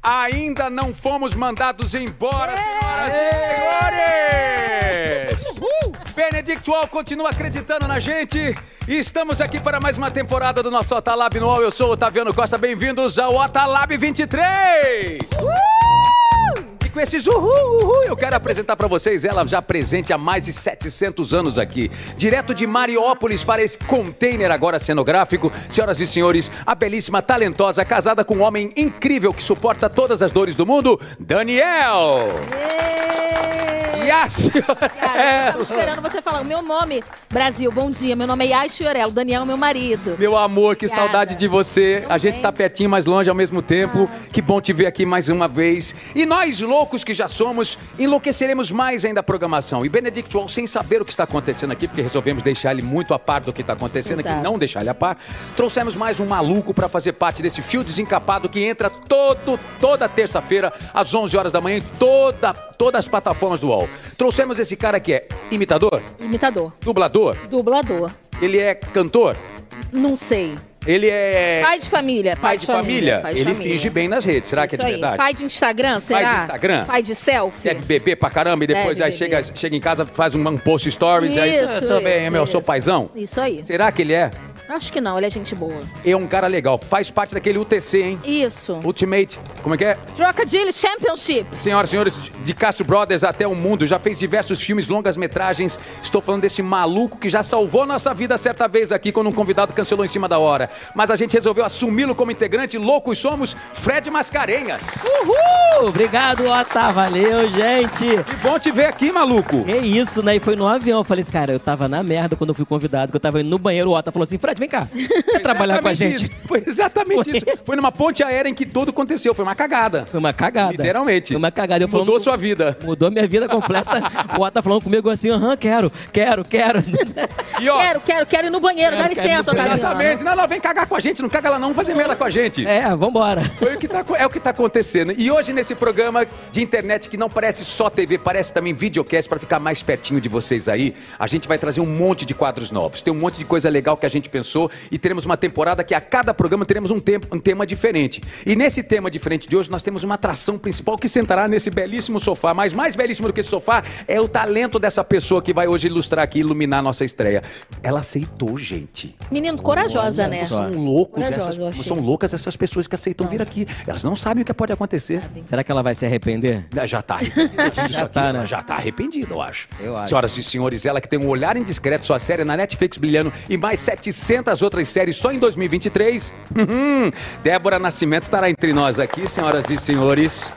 ainda não fomos mandados embora, senhoras e senhores! Benedictual continua acreditando na gente e estamos aqui para mais uma temporada do nosso Otalab no UOL. Eu sou o Otaviano Costa, bem-vindos ao Otalab 23! E com esses uhul, uhul, eu quero apresentar pra vocês ela já presente há mais de 700 anos aqui. Direto de Mariópolis para esse container agora cenográfico. Senhoras e senhores, a belíssima, talentosa, casada com um homem incrível que suporta todas as dores do mundo, Daniel! E a Cara, eu tava senhora... esperando você falar o meu nome. Brasil, bom dia. Meu nome é Yas Fiorello. Daniel, é meu marido. Meu amor, que Obrigada. saudade de você. A gente Também. tá pertinho, mas longe ao mesmo tempo. Ah. Que bom te ver aqui mais uma vez. E nós, loucos que já somos, enlouqueceremos mais ainda a programação. E Benedict Wall, sem saber o que está acontecendo aqui, porque resolvemos deixar ele muito a par do que está acontecendo aqui, Exato. não deixar ele a par, trouxemos mais um maluco para fazer parte desse fio desencapado que entra todo, toda terça-feira, às 11 horas da manhã, em toda, todas as plataformas do UOL. Trouxemos esse cara que é imitador, Imitador. dublador, Dublador. ele é cantor, Não sei. ele é... Pai de família. Pai de família, pai de ele família. finge bem nas redes. Será que é Isso de aí. verdade? Pai de Instagram, será? de Instagram? Pai de selfie? Deve beber pra caramba e depois aí Deve beber. chega, chega em casa, faz um, um post stories. aí Isso, "Ah, também, isso, meu, sou isso. paizão. Isso aí. Será que ele é? Acho que não, ele é gente boa. É um cara legal, faz parte daquele UTC, hein? Isso. Ultimate, como é que é? Trocadilho Championship. Senhoras e senhores, de Castro Brothers até o mundo, já fez diversos filmes, longas metragens. Estou falando desse maluco que já salvou nossa vida certa vez aqui quando um convidado cancelou em cima da hora. Mas a gente resolveu assumi-lo como integrante, loucos somos, Fred Mascarenhas. Uhul! Obrigado, Ota. Valeu, gente. Que bom te ver aqui, maluco. É isso, né? E foi no avião. Eu falei assim, cara, eu tava na merda quando eu fui convidado, que eu tava indo no banheiro. O Ota falou assim, Fred, vem cá. Quer trabalhar com a Exatamente gente? isso. Foi exatamente Foi. isso. Foi numa ponte aérea em que tudo aconteceu. Foi uma cagada. Foi uma cagada. Literalmente. Foi uma cagada. Eu Mudou falando- sua vida. Mudou minha vida completa. o Ota falando comigo assim, aham, quero, quero, quero. E ó, Quero, quero, quero ir no banheiro. Quero, Dá quero ir no licença, banheiro. Carolina. exatamente. Não, não, vem cagar com a gente. Não caga lá não, não fazer merda com a gente. é, vambora. Foi o que tá, é o que tá acontecendo. E hoje, nesse programa de internet que não parece só TV, parece também videocast, para ficar mais pertinho de vocês aí, a gente vai trazer um monte de quadros novos. Tem um monte de coisa legal que a gente pensou e teremos uma temporada que a cada programa teremos um, tempo, um tema diferente. E nesse tema diferente de hoje, nós temos uma atração principal que sentará nesse belíssimo sofá. Mas mais belíssimo do que esse sofá é o talento dessa pessoa que vai hoje ilustrar aqui, iluminar a nossa estreia. Ela aceitou, gente. Menino, corajosa, Olha né? só. São loucos Corajosa, eu essas, achei. são loucas essas pessoas que aceitam vir aqui. Elas não sabem o que pode acontecer. Será que ela vai se arrepender? Já tá arrependida disso Já aqui. tá, né? Ela já tá arrependida, eu acho. Eu acho. Senhoras e senhores, ela que tem um olhar indiscreto, sua série na Netflix brilhando e mais 700 outras séries só em 2023. Uhum. Débora Nascimento estará entre nós aqui, senhoras e senhores.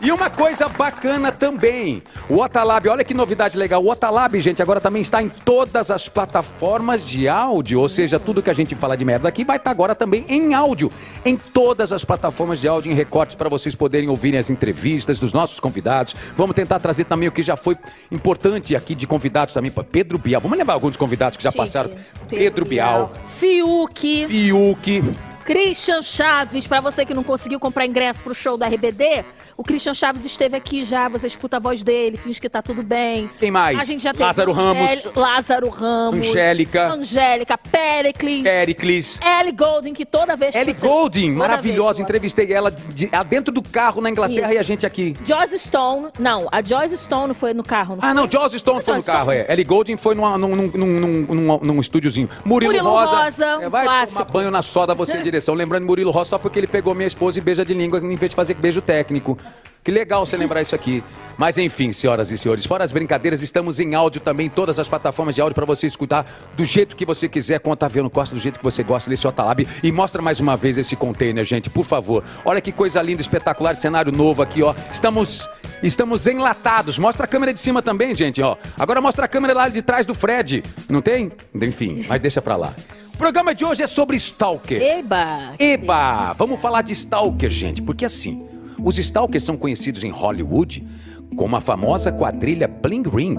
E uma coisa bacana também, o Otalab, olha que novidade legal. O Otalab, gente, agora também está em todas as plataformas de áudio, ou seja, tudo que a gente fala de merda aqui vai estar agora também em áudio, em todas as plataformas de áudio em recortes para vocês poderem ouvirem as entrevistas dos nossos convidados. Vamos tentar trazer também o que já foi importante aqui de convidados também, pô, Pedro Bial. Vamos levar alguns convidados que já Chique. passaram. Pedro Bial, Fiuk. Fiuk, Christian Chaves, pra você que não conseguiu comprar ingresso pro show da RBD, o Christian Chaves esteve aqui já, você escuta a voz dele, finge que tá tudo bem. Quem mais? A gente já teve Lázaro Ramos. Angéli- Lázaro Ramos. Angélica. Angélica, Pericles. Pericles. Ellie Golden, que toda vez que Ellie você- Golding, toda maravilhosa, vez- entrevistei ela de- ah, dentro do carro na Inglaterra Isso. e a gente aqui. Joss Stone, não, a Joss Stone foi no carro. Ah, não, Joss Stone foi no Joss carro, é. Ellie Golding foi numa- num, num, num, num, num- num estúdiozinho. Murilo, Murilo Rosa. Rosa, um é, vai clássico. tomar banho na soda, você em direção. Lembrando Murilo Rosa só porque ele pegou minha esposa e beija de língua em vez de fazer beijo técnico. Que legal você lembrar isso aqui. Mas enfim, senhoras e senhores, fora as brincadeiras, estamos em áudio também, todas as plataformas de áudio para você escutar do jeito que você quiser com o Otaviano Costa, do jeito que você gosta desse Otalab. E mostra mais uma vez esse container, gente, por favor. Olha que coisa linda, espetacular, cenário novo aqui, ó. Estamos estamos enlatados. Mostra a câmera de cima também, gente, ó. Agora mostra a câmera lá de trás do Fred. Não tem? Enfim, mas deixa pra lá. O programa de hoje é sobre Stalker. Eba! que Eba! delícia. Vamos falar de stalker, gente, porque assim, os stalkers são conhecidos em Hollywood como a famosa quadrilha Bling Ring,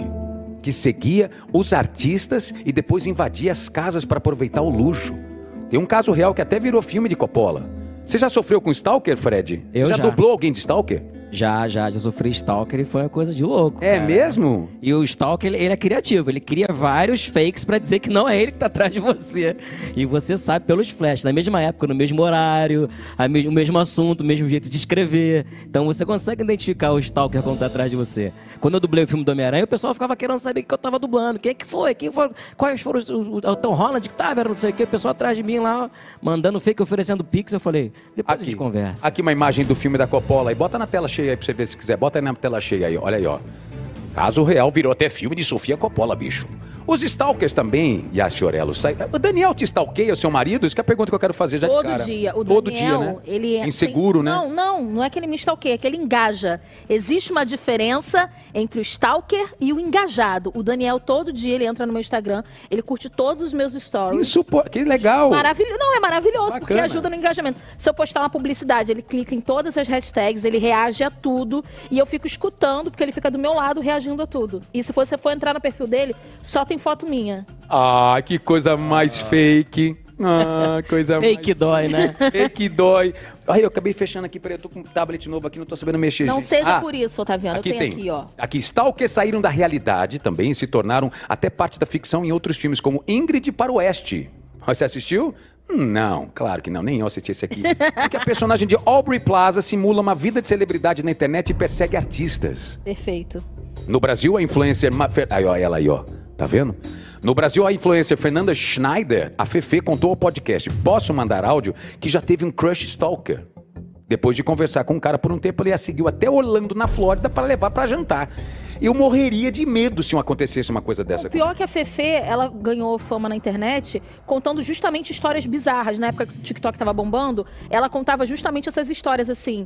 que seguia os artistas e depois invadia as casas para aproveitar o luxo. Tem um caso real que até virou filme de Coppola. Você já sofreu com stalker, Fred? Você Eu já. dublou alguém de stalker? Já, já, já sofri stalker e foi uma coisa de louco. É cara. mesmo? E o stalker, ele, ele é criativo. Ele cria vários fakes pra dizer que não é ele que tá atrás de você. E você sabe pelos flashes, na mesma época, no mesmo horário, a mes- o mesmo assunto, o mesmo jeito de escrever. Então você consegue identificar o stalker quando tá atrás de você. Quando eu dublei o filme do Homem-Aranha, o pessoal ficava querendo saber o que eu tava dublando. Quem é que foi? Quem foram? Quais foram os, os, o Tom Holland que tava? Era não sei o que. O pessoal atrás de mim lá, mandando fake, oferecendo pix. Eu falei, depois a gente conversa. Aqui uma imagem do filme da Coppola aí. Bota na tela cheia aí pra você ver se quiser. Bota aí na tela cheia aí. Olha aí, ó. Caso Real virou até filme de Sofia Coppola, bicho. Os stalkers também, e a Ciorello sai. O Daniel te stalkeia, o seu marido? Isso que é a pergunta que eu quero fazer já Todo de cara. dia. O Todo dia, Daniel, né? ele é- Inseguro, né? Não, não, não é que ele me stalkeia, é que ele engaja. Existe uma diferença entre o stalker e o engajado. O Daniel, todo dia, ele entra no meu Instagram, ele curte todos os meus stories. Insupo- Que legal. Maravilhoso. Não, é maravilhoso, Bacana. porque ajuda no engajamento. Se eu postar uma publicidade, ele clica em todas as hashtags, ele reage a tudo. E eu fico escutando, porque ele fica do meu lado reagindo a tudo. E se você for entrar no perfil dele, só tem foto minha. Ah, que coisa mais fake. Ah, coisa Fake dói, né? mais... Fake dói. Ai, eu acabei fechando aqui, peraí, eu tô com um tablet novo aqui, não tô sabendo mexer. Não gente. seja Ah, por isso, Otaviano. eu tenho aqui, ó. Aqui, stalkers saíram da realidade também e se tornaram até parte da ficção em outros filmes, como Ingrid para o Oeste. Você assistiu? Não, claro que não, nem eu assisti esse aqui. Porque a personagem de Aubrey Plaza simula uma vida de celebridade na internet e persegue artistas. Perfeito. No Brasil, a influencer. Ma- Fer- Aí, ó, ela aí, ó. Tá vendo? No Brasil, a influencer Fernanda Schneider, a Fefe, contou ao podcast Posso Mandar Áudio que já teve um crush stalker. Depois de conversar com um cara por um tempo, ele a seguiu até Orlando, na Flórida, para levar para jantar. Eu morreria de medo se um acontecesse uma coisa dessa. O pior é que a Fefe, ela ganhou fama na internet contando justamente histórias bizarras. Na época que o TikTok tava bombando, ela contava justamente essas histórias, assim,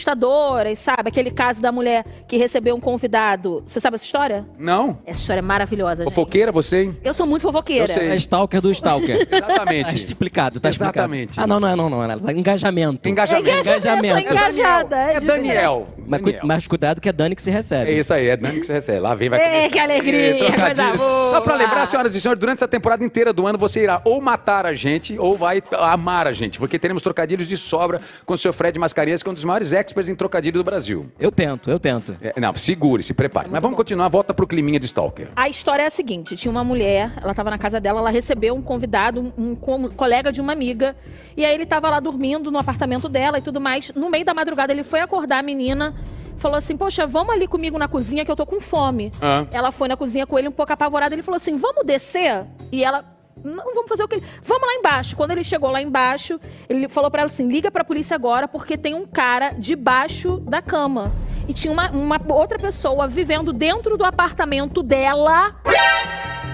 assustadoras, sabe? Aquele caso da mulher que recebeu um convidado. Você sabe essa história? Não? Essa história é maravilhosa, gente. Fofoqueira você, hein? Eu sou muito fofoqueira. Eu sei. É stalker do stalker. Tá Exatamente. explicado, tá Exatamente. explicado. Ah, não, não, é, não, não. é nada. Engajamento. Engajamento. É engajamento, eu sou Engajamento. engajada. É diferente. Daniel. Mas, cu- Daniel. mas cuidado que é Dani que se recebe. É isso aí, é Dani que você recebe. Lá vem, vai Ei, começar. que alegria, Ei, trocadilho. coisa boa. Só pra lembrar, senhoras e senhores, durante essa temporada inteira do ano, você irá ou matar a gente ou vai amar a gente, porque teremos trocadilhos de sobra com o seu Fred Mascarenhas, que é um dos maiores experts em trocadilho do Brasil. Eu tento, eu tento. É, não, segure, se prepare. Mas vamos bom. continuar, volta pro climinha de Stalker. A história é a seguinte: tinha uma mulher, ela estava na casa dela, ela recebeu um convidado, um- um, co- colega de uma amiga, e aí ele estava lá dormindo no apartamento dela e tudo mais. No meio da madrugada, ele foi acordar a menina, falou assim: Poxa, vamos ali comigo na cozinha que eu tô com fome. Ah. Ela foi na cozinha com ele um pouco apavorada, ele falou assim: Vamos descer? E ela. Não, vamos fazer o que? Vamos lá embaixo. Quando ele chegou lá embaixo, ele falou pra ela assim: liga pra polícia agora, porque tem um cara debaixo da cama. E tinha uma, uma outra pessoa vivendo dentro do apartamento dela.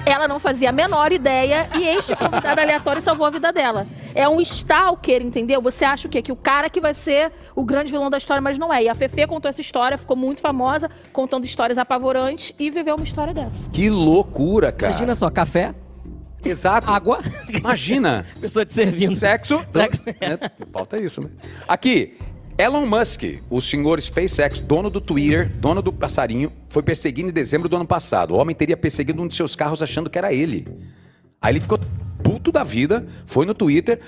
Ela não fazia a menor ideia e este convidado aleatório salvou a vida dela. É um stalker, entendeu? Você acha o quê? Que o cara que vai ser o grande vilão da história, mas não é. E a Fefe contou essa história, ficou muito famosa, contando histórias apavorantes e viveu uma história dessa. Que loucura, cara. Imagina só, café, Exato. água, Imagina. pessoa te servindo. Sexo. Sexo. Né? Falta isso, né? Aqui, Elon Musk, o senhor SpaceX, dono do Twitter, dono do passarinho, foi perseguido em dezembro do ano passado. O homem teria perseguido um de seus carros achando que era ele. Aí ele ficou puto da vida, foi no Twitter,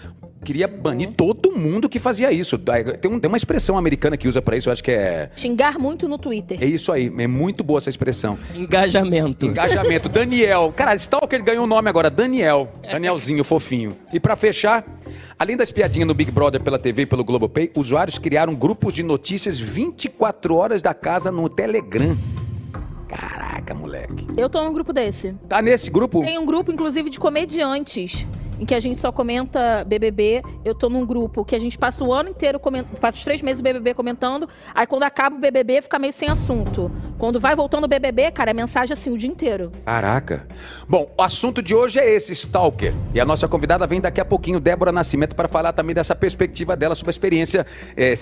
queria banir todo mundo que fazia isso. Tem, um- tem uma expressão americana que usa pra isso, eu acho que é. Xingar muito no Twitter. É isso aí, é muito boa essa expressão. Engajamento. Engajamento. Daniel. Cara, Stalker ganhou o nome agora. Daniel. Danielzinho fofinho. E pra fechar, além das piadinhas no Big Brother pela TV e pelo Globopay, usuários criaram grupos de notícias 24 horas da casa no Telegram. Caraca, moleque. Eu tô num grupo desse. Tá nesse grupo? Tem um grupo, inclusive, de comediantes. Em que a gente só comenta BBB. Eu tô num grupo que a gente passa o ano inteiro comentando. Passa os três meses do BBB comentando. Aí quando acaba o BBB, fica meio sem assunto. Quando vai voltando o BBB, cara, é mensagem assim o dia inteiro. Caraca. Bom, o assunto de hoje é esse, Stalker. E a nossa convidada vem daqui a pouquinho, Débora Nascimento, para falar também dessa perspectiva dela sobre a experiência eh,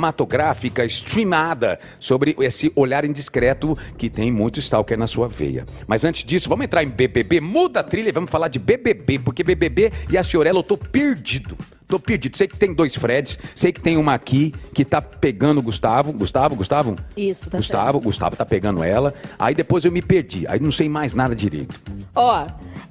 cinematográfica, streamada, sobre esse olhar indiscreto que tem muito Stalker na sua veia. Mas antes disso, vamos entrar em BBB. Muda a trilha e vamos falar de BBB, porque BBB e a Fiorella eu tô perdido. Tô perdido. Sei que tem dois Freds, sei que tem uma aqui que tá pegando o Gustavo. Gustavo, Gustavo? Isso, tá certo. Gustavo, Gustavo tá pegando ela. Aí depois eu me perdi. Aí não sei mais nada direito. Ó,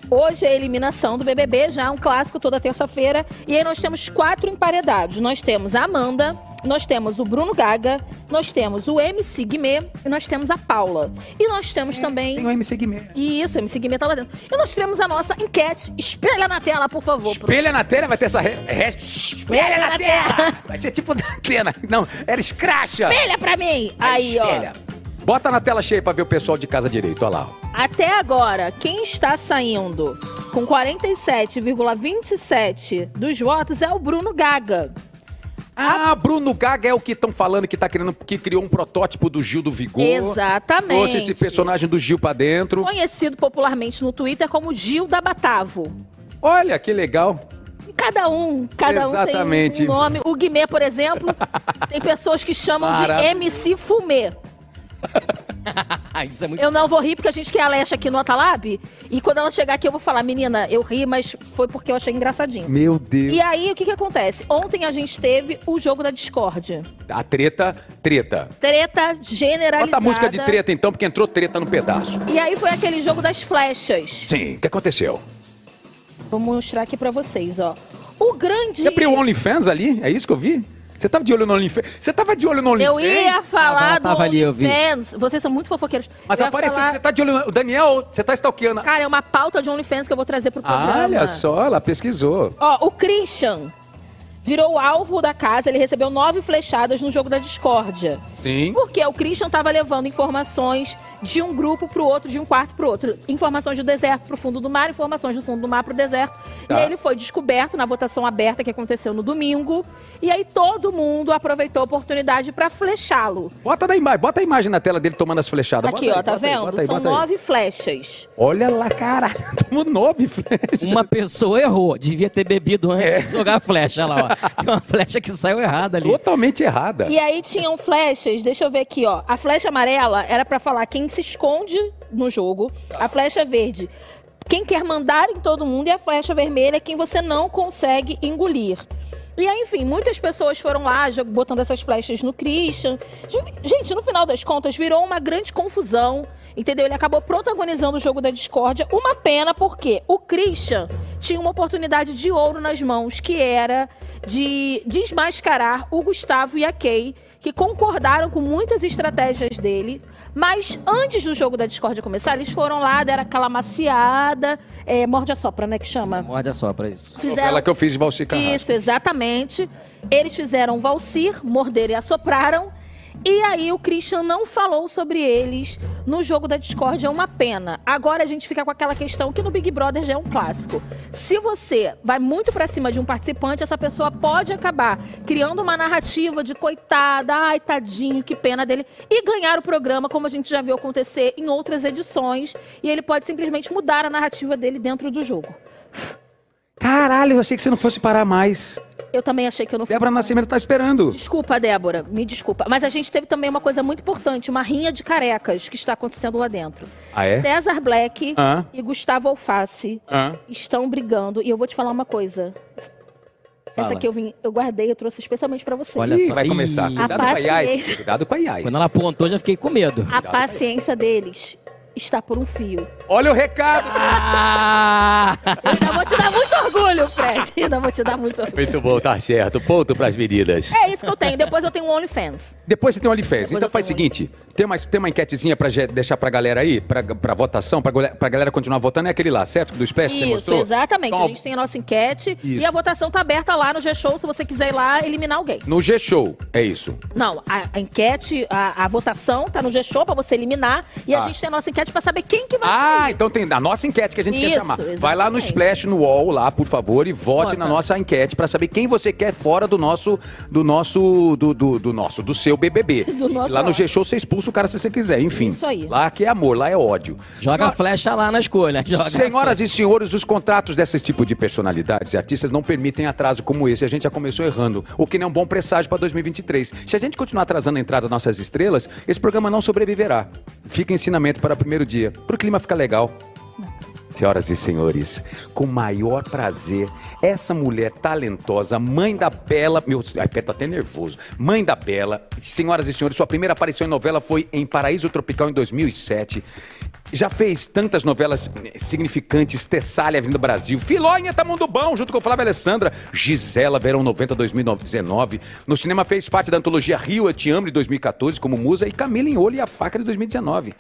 hoje é a eliminação do BBB, já é um clássico toda terça-feira. E aí nós temos quatro emparedados. Nós temos a Amanda, nós temos o Bruno Gaga, nós temos o MC Guimê e nós temos a Paula. E nós temos também. É, Tem um o MC Guimê. E isso, MC Guimê tá lá dentro. E nós temos a nossa enquete. Espelha na tela, por favor. Espelha na tela, vai ter essa re- hashtag Espelha na tela! Vai ser tipo da antena. Não, era escracha. Espelha pra mim! Aí, ó. Espelha. Bota na tela cheia pra ver o pessoal de casa direito, olha lá. ó. Até agora, quem está saindo com 47,27 dos votos é o Bruno Gaga. Ah, Bruno Gaga é o que estão falando que tá querendo, que criou um protótipo do Gil do Vigor. Exatamente. Trouxe esse personagem do Gil pra dentro. Conhecido popularmente no Twitter como Gil da Batavo. Olha que legal. E Cada um, cada Exatamente. um tem um nome. O Guimê, por exemplo, tem pessoas que chamam Mara- de MC Fumê. Isso é muito. Eu não vou rir porque a gente quer a Alexa aqui no Atalab. E quando ela chegar aqui, eu vou falar, menina, eu ri, mas foi porque eu achei engraçadinho. Meu Deus. E aí, o que que acontece? Ontem a gente teve o jogo da discórdia. A treta, treta. Treta generalizada. Bota a música de treta então, porque entrou treta no pedaço. E aí foi aquele jogo das flechas. Sim, o que aconteceu? Vou mostrar aqui pra vocês, ó. O grande... Você abriu o OnlyFans ali? É isso que eu vi? Você tava de olho no OnlyFans? Você tava de olho no OnlyFans? Eu ia falar Tava- tava ali, do eu vi. OnlyFans. Vocês são muito fofoqueiros. Mas eu ia apareceu falar- que você tá de olho no... Daniel, você tá stalkeando. Cara, é uma pauta de OnlyFans que eu vou trazer pro programa. Ah, olha só, ela pesquisou. Ó, o Christian virou o alvo da casa. Ele recebeu nove flechadas no jogo da discórdia. Sim. Porque o Christian tava levando informações de um grupo pro outro, de um quarto pro outro. Informações do deserto pro fundo do mar, informações do fundo do mar pro deserto. Tá. E aí ele foi descoberto na votação aberta que aconteceu no domingo. E aí todo mundo aproveitou a oportunidade para flechá-lo. Bota, na ima... Bota a imagem na tela dele tomando as flechadas. Aqui, Bota aí, ó, tá bota aí, vendo? bota aí, São bota aí. nove flechas. Olha lá, caralho, tomou nove flechas. Uma pessoa errou, devia ter bebido antes É. de jogar a flecha. Olha lá, ó. Tem uma flecha que saiu errada ali. Totalmente errada. E aí tinham flechas, deixa eu ver aqui, ó. A flecha amarela era pra falar quem se esconde no jogo. A flecha verde, quem quer mandar em todo mundo. E a flecha vermelha, quem você não consegue engolir. E aí, enfim, muitas pessoas foram lá jo- botando essas flechas no Christian. Gen- Gente, no final das contas, virou uma grande confusão, entendeu? Ele acabou protagonizando o jogo da discórdia. Uma pena, porque o Christian tinha uma oportunidade de ouro nas mãos, que era de desmascarar o Gustavo e a Kay, que concordaram com muitas estratégias dele. Mas antes do jogo da discórdia começar, eles foram lá, deram aquela maciada, é, morde a sopra, né, que chama? Ah, Morde só pra isso. Novela que eu fiz de Valci Carrasco. Isso, exatamente. Eles fizeram valsir, morderam e assopraram. E aí o Christian não falou sobre eles no jogo da Discord, é uma pena. Agora a gente fica com aquela questão que no Big Brother já é um clássico. Se você vai muito pra cima de um participante, essa pessoa pode acabar criando uma narrativa de coitada, ai tadinho, que pena dele, e ganhar o programa, como a gente já viu acontecer em outras edições, e ele pode simplesmente mudar a narrativa dele dentro do jogo. Caralho, eu achei que você não fosse parar mais. Eu também achei que eu não fui Débora Nascimento tá esperando. Desculpa, Débora, me desculpa. Mas a gente teve também uma coisa muito importante, uma rinha de carecas que está acontecendo lá dentro. Ah, é? César Black Hã? e Gustavo Alface Hã? estão brigando. E eu vou te falar uma coisa. Fala. Essa aqui eu, vim, eu guardei, eu trouxe especialmente pra você. Olha Ih, só. vai Ih. começar. Cuidado com a Yais. paciência. Cuidado com a Yais. Quando ela apontou, já fiquei com medo. A paciência deles está por um fio. Olha o recado. Ah! Eu ainda vou te dar muito orgulho, Fred. Eu ainda vou te dar muito orgulho. Muito bom, tá certo. Ponto pras medidas. É isso que eu tenho. Depois eu tenho um OnlyFans. Depois você tem o OnlyFans. Depois Então eu faz o tenho seguinte: tem uma, tem uma enquetezinha pra ge- deixar pra galera aí, pra, pra votação, pra, gole- pra galera continuar votando. É aquele lá, certo? Do Express que você Isso, mostrou? exatamente. Então, A gente tem a nossa enquete. Isso. E a votação tá aberta lá no G-Show, se você quiser ir lá eliminar alguém. No G-Show, é isso. Não, a, a enquete, a, a votação tá no G-Show pra você eliminar. E a Tá. gente tem a nossa enquete pra saber quem que vai Ah, então tem a nossa enquete que a gente quer Isso, chamar. Vai lá no exatamente. Splash, no UOL, lá, por favor, e vote Vota. na nossa enquete pra saber quem você quer fora do nosso, do nosso, do, do, do nosso, do seu BBB. Do nosso lá no ódio. G-Show você expulsa o cara se você quiser, enfim. Isso aí. Lá que é amor, lá é ódio. Joga a flecha lá na escolha. Joga. Senhoras e senhores, os contratos desses tipo de personalidades e artistas não permitem atraso como esse. A gente já começou errando, o que não é um bom presságio para 2023. Se a gente continuar atrasando a entrada das nossas estrelas, esse programa não sobreviverá. Fica ensinamento para o primeiro dia, para o clima ficar legal. Senhoras e senhores, com maior prazer, essa mulher talentosa, mãe da Bela. Meu, ai, pera, tô até nervoso. Mãe da Bela, senhoras e senhores, sua primeira aparição em novela foi em Paraíso Tropical em 2007. Já fez tantas novelas né, significantes, Tessália vindo do Brasil, Filó em Mundo Bom, junto com o Flávio Alessandra, Gisela Verão 90 2019. No cinema fez parte da antologia Rio Eu Te Amo de 2014 como musa e Camila em Olho e a Faca de 2019.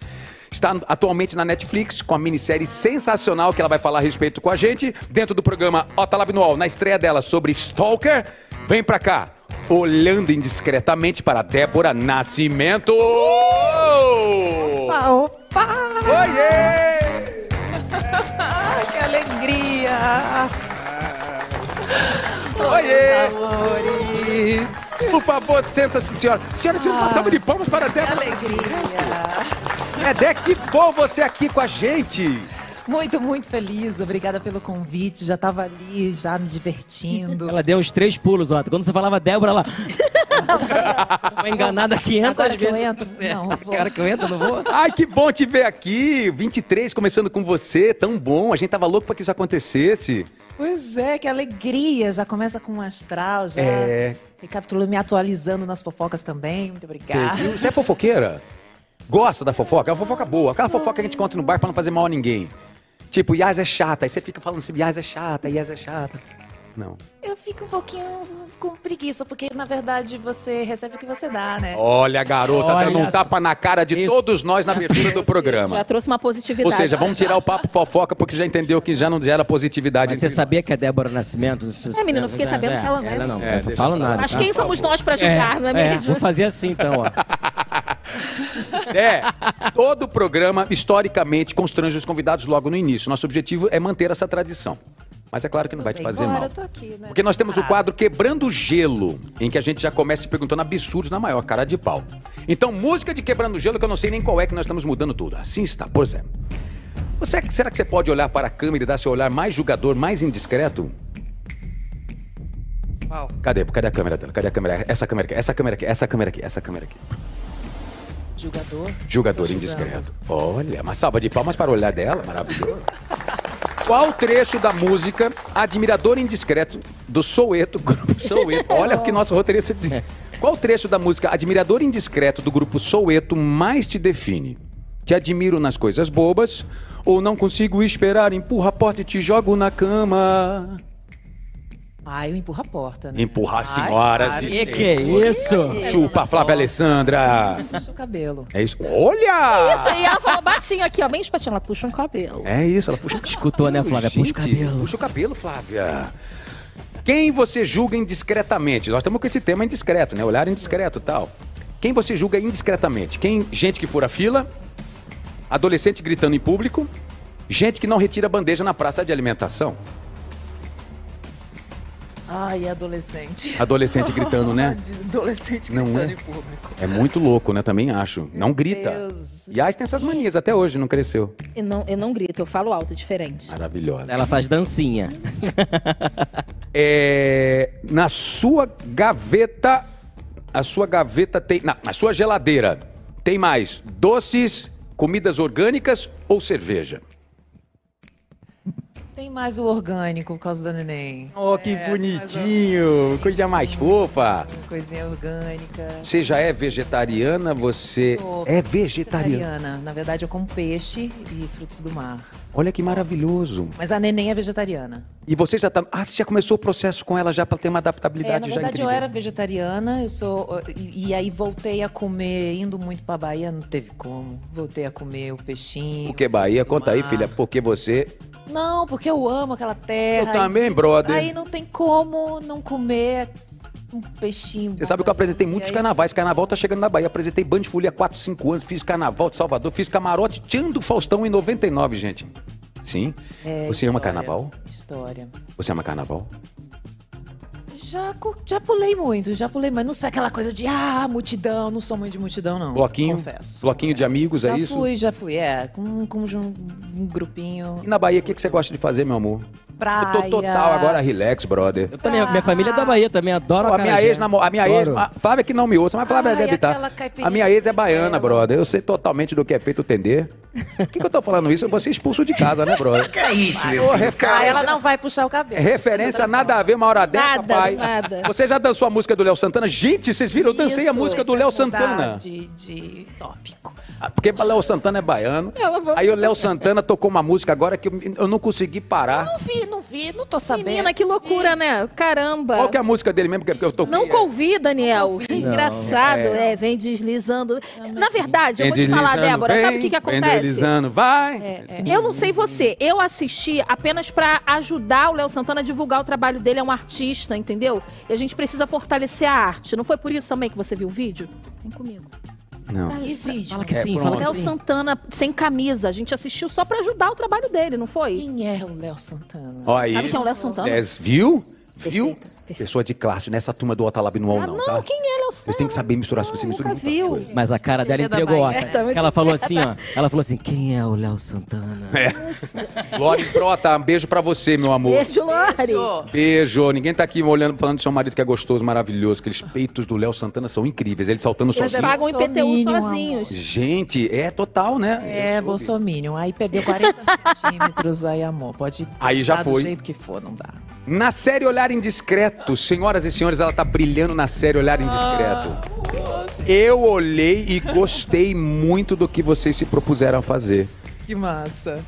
Está atualmente na Netflix com a minissérie sensacional que ela vai falar a respeito com a gente dentro do programa Otalab Noal, na estreia dela sobre Stalker. Vem pra cá, olhando indiscretamente para Débora Nascimento. Opa, opa! Oiê! Ai, que alegria! Oiê! Amores! Por favor, senta-se, senhora. Senhora, senhora, uma salva de palmas para a Que Débora. alegria! É, Dé, que bom você aqui com a gente. Muito, muito feliz. Obrigada pelo convite. Já tava ali, já me divertindo. Ela deu uns três pulos, ó. Quando você falava Débora, ela. Foi enganada 500 Agora que eu vezes. entro? Não, eu vou. Cara que eu entro, não vou. Ai, que bom te ver aqui. 23, começando com você. Tão bom. A gente tava louco pra que isso acontecesse. Pois é, que alegria. Já começa com um astral, já. É. Recapitulando, me atualizando nas fofocas também. Você Muito obrigada. viu? Você é fofoqueira? Gosta da fofoca? É uma fofoca boa. Aquela fofoca que a gente conta no bar pra não fazer mal a ninguém. Tipo, Yas é chata. Aí você fica falando assim, Yas é chata, Yas é chata. Não. Eu fico um pouquinho com preguiça, porque na verdade você recebe o que você dá, né? Olha, garota, Olha dando um só. tapa na cara de Isso. todos nós na abertura do Já programa. trouxe uma positividade. Ou seja, vamos tirar o papo fofoca porque já entendeu que já não gera positividade. Mas você entre sabia que a Débora Nascimento. É, menino, eu fiquei sabendo que ela não é. Ela não, É, não deixa fala pra lá. nada. Mas tá? quem somos nós pra julgar, não é mesmo? Vou fazer assim então, ó. É, todo programa, historicamente, constrange os convidados logo no início. Nosso objetivo é manter essa tradição. Mas é claro que não vai te Bem, fazer agora mal. eu tô aqui, né? Porque nós temos o Ah, quadro Quebrando o Gelo, em que a gente já começa se perguntando absurdos na maior cara de pau. Então, música de Quebrando o Gelo, que eu não sei nem qual é, que nós estamos mudando tudo. Assim está, por exemplo. Você, será que você pode olhar para a câmera e dar seu olhar mais julgador, mais indiscreto? Qual? Cadê? Cadê a câmera dela? Cadê a câmera? Essa câmera aqui, essa câmera aqui, essa câmera aqui, essa câmera aqui. Julgador. Jogador Tô julgando. indiscreto. Olha, uma salva de palmas para o olhar dela, maravilhoso. Qual trecho da música Admirador Indiscreto do Soueto, grupo Soueto? Olha o que nosso roteirista diz. Qual trecho da música Admirador Indiscreto do grupo Soueto mais te define? Te admiro nas coisas bobas ou não consigo esperar, empurra a porta e te jogo na cama? Ah, eu empurro a porta, né? Empurra as Ai, senhoras claro. e Que que é isso? chupa Flávia Alessandra. Puxa o cabelo. É isso. Olha! É Isso aí, ela falou baixinho aqui, ó, bem espatinho. Ela puxa um cabelo. É isso, ela puxa o Escutou, né, Flávia? Puxa o Gente, cabelo. Puxa o cabelo, Flávia. Quem você julga indiscretamente? Nós estamos com esse tema indiscreto, né? Olhar indiscreto e tal. Quem você julga indiscretamente? Quem, gente que fura fila, adolescente gritando em público, gente que não retira bandeja na praça de alimentação. Ai, adolescente. Adolescente gritando, né? Adolescente Não gritando é? em público. É muito louco, né? Também acho. Não grita. Deus. E as tem essas manias até hoje, não cresceu. Eu não, eu não grito, eu falo alto, diferente. Ah, Maravilhosa. Ela faz dancinha. É, na sua gaveta, a sua gaveta tem, na, na sua geladeira tem mais doces, comidas orgânicas ou cerveja? Tem mais o orgânico por causa da neném. Oh, que É, bonitinho, coisa mais fofa. mais uma Coisinha orgânica. Você já é vegetariana? Você Sou é vegetariana? Vegetariana. Na verdade, eu como peixe e frutos do mar. Olha que maravilhoso. Mas a neném é vegetariana. E você já tá, ah, você já começou o processo com ela já para ter uma É, adaptabilidade na já verdade, eu incrível. era vegetariana, eu sou. E, e aí voltei a comer, indo muito pra Bahia, não teve como. Voltei a comer o peixinho. Porque frutos Bahia, do conta aí, mar. filha, porque você Não, porque eu amo aquela terra. Eu também, aí, brother. Aí não tem como não comer um peixinho. Você sabe que eu apresentei muitos canais. carnavais. Carnaval tá chegando na Bahia. Apresentei Band Folia há 4, 5 anos. Fiz Carnaval de Salvador. Fiz Camarote Tchan do Faustão em 99, gente. Sim. É, Você ama Carnaval? História. Você ama Carnaval? Já, cu- já pulei muito, já pulei, mas não sei aquela coisa de ah, multidão, não sou muito de multidão, não. Bloquinho? Confesso. bloquinho de amigos, já é isso? fui, já fui, é. Com, com um, um grupinho. E na Bahia, o que, que você gosta de fazer, meu amor? praia. Eu tô total ah. agora relax, brother. Eu também, Ah. minha família é da Bahia também, adoro Pô, a minha acarajé. ex namorada a minha ex, Adoro. a Flávia que não me ouça, mas Flávia Ai, deve estar. aquela caipirinha A minha ex é sem baiana, pelo. brother. Eu sei totalmente do que é feito entender. Por que, que eu tô falando isso? Eu vou ser expulso de casa, né, brother? Que é isso, meu Ô, filho? refer- Ah, ela não vai puxar o cabelo. É Referência nada a ver, uma hora dessa, Nada, pai. nada. é Você já dançou a música do Léo Santana? Gente, vocês viram? Eu dancei a Isso, música do Léo vai mudar Santana. De, de tópico. Ah, Porque o Léo Santana é baiano. Ela vai- Aí o Léo Santana tocou uma música agora que eu- eu não consegui parar. Não vi, não vi, não tô sabendo. Menina, que loucura, né? Caramba. tá Qual que é a música dele mesmo? Porque eu toquei. Não convi, Daniel. Que Não. Engraçado, É. é. vem deslizando. Na verdade, eu Vem vou te falar, deslizando, Débora, sabe o vem, que, que Vem acontece? É, deslizando, vai. É. Eu não sei você, eu assisti apenas pra ajudar o Léo Santana a divulgar o trabalho dele, é um artista, entendeu? E a gente precisa fortalecer a arte. Não foi por isso também que você viu o vídeo? Vem comigo. Não. Aí, vídeo. Fala que É, sim, pronto. fala que Léo sim. Santana sem camisa, a gente assistiu só pra ajudar o trabalho dele, não foi? Quem é o Léo Santana? Ó aí. Sabe quem é o Léo Santana? Dez, viu? Viu? Perfeito, perfeito. Pessoa de classe, nessa turma do Otalab no UOL, Ah, não, não, tá? quem é Léo Santana? Vocês têm que saber misturar as coisas, você mistura Nunca muitas viu. coisas. Mas a cara Gente, dela é da entregou, ó. Bahia. É, tá muito Ela falou assim, ó. Ela falou assim: quem é o Léo Santana? É. Lore Prota, um beijo pra você, meu amor. Beijo, Lore. Senhor, Beijo. Ninguém tá aqui olhando, falando do seu marido que é gostoso, maravilhoso. Aqueles peitos do Léo Santana são incríveis. Ele saltando Eles é sozinho. pagam IPTU Bolsominion, sozinhos. Gente, é total, né? É, Eu soube. Bolsominion. Aí perdeu 40 centímetros, aí amor. Pode Aí já dar foi. do jeito que for, não dá. Na série Olhar Indiscreto, senhoras e senhores, ela tá brilhando na série Olhar Indiscreto. Eu olhei e gostei muito do que vocês se propuseram a fazer. Que massa.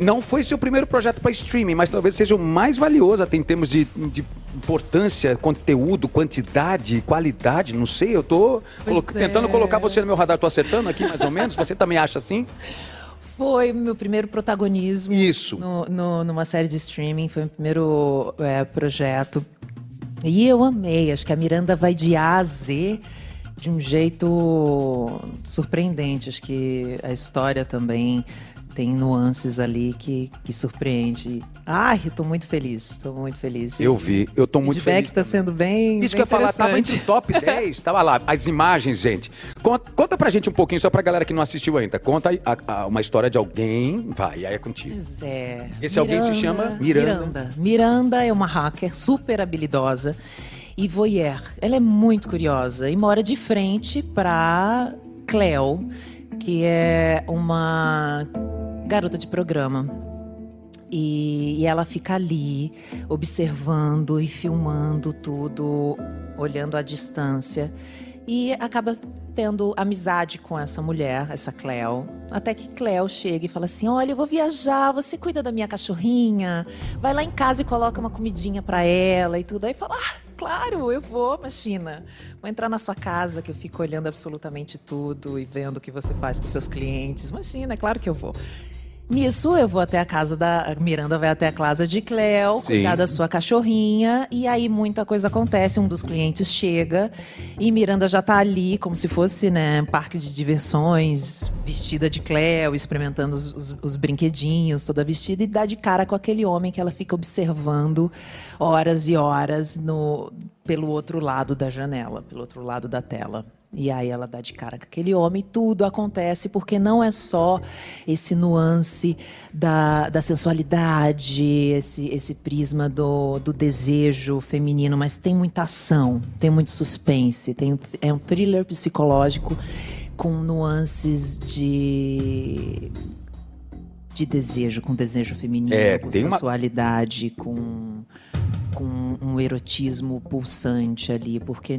Não foi seu primeiro projeto para streaming, mas talvez seja o mais valioso até em termos de, de importância, conteúdo, quantidade, qualidade, não sei. Eu tô colo- Pois é. tentando colocar você no meu radar, tô acertando aqui mais ou menos. Você também acha assim? Foi meu primeiro protagonismo. Isso. no- no- numa série de streaming, foi meu primeiro é, projeto. E eu amei, acho que a Miranda vai de A a Z de um jeito surpreendente. Acho que a história também tem nuances ali que, que surpreende. Ai, eu tô muito feliz, tô muito feliz. Eu vi, eu tô o muito feedback feliz. tá sendo bem. Isso que bem eu ia falar, tá tava entre interessante. o top 10, tava lá, as imagens, gente. Conta, conta pra gente um pouquinho, só pra galera que não assistiu ainda. Conta aí a- a- uma história de alguém, vai, aí é contigo. Pois é. Esse alguém se chama Miranda. Miranda. Miranda. Miranda é uma hacker super habilidosa e voyeur. Ela é muito curiosa e mora de frente para Cleo, que é uma garota de programa. E, e ela fica ali, observando e filmando tudo, olhando à distância. E acaba tendo amizade com essa mulher, essa Cleo. Até que Cleo chega e fala assim: Olha, eu vou viajar, você cuida da minha cachorrinha, vai lá em casa e coloca uma comidinha pra ela e tudo. Aí fala: Ah, claro, eu vou, imagina. Vou entrar na sua casa que eu fico olhando absolutamente tudo e vendo o que você faz com seus clientes. Imagina, é claro que eu vou. Nisso, eu vou até a casa da. a Miranda vai até a casa de Cleo, cuidar da sua cachorrinha. E aí muita coisa acontece. Um dos clientes chega e Miranda já tá ali, como se fosse, né, um parque de diversões, vestida de Cleo, experimentando os, os- os brinquedinhos, toda vestida, e dá de cara com aquele homem que ela fica observando horas e horas no, pelo outro lado da janela, pelo outro lado da tela. E aí ela dá de cara com aquele homem, tudo acontece, porque não é só esse nuance da, da sensualidade, esse, esse prisma do, do desejo feminino, mas tem muita ação, tem muito suspense, tem, um- é um thriller psicológico com nuances de. De desejo, com desejo feminino, É, com tem uma- sensualidade, com, com um erotismo pulsante ali, porque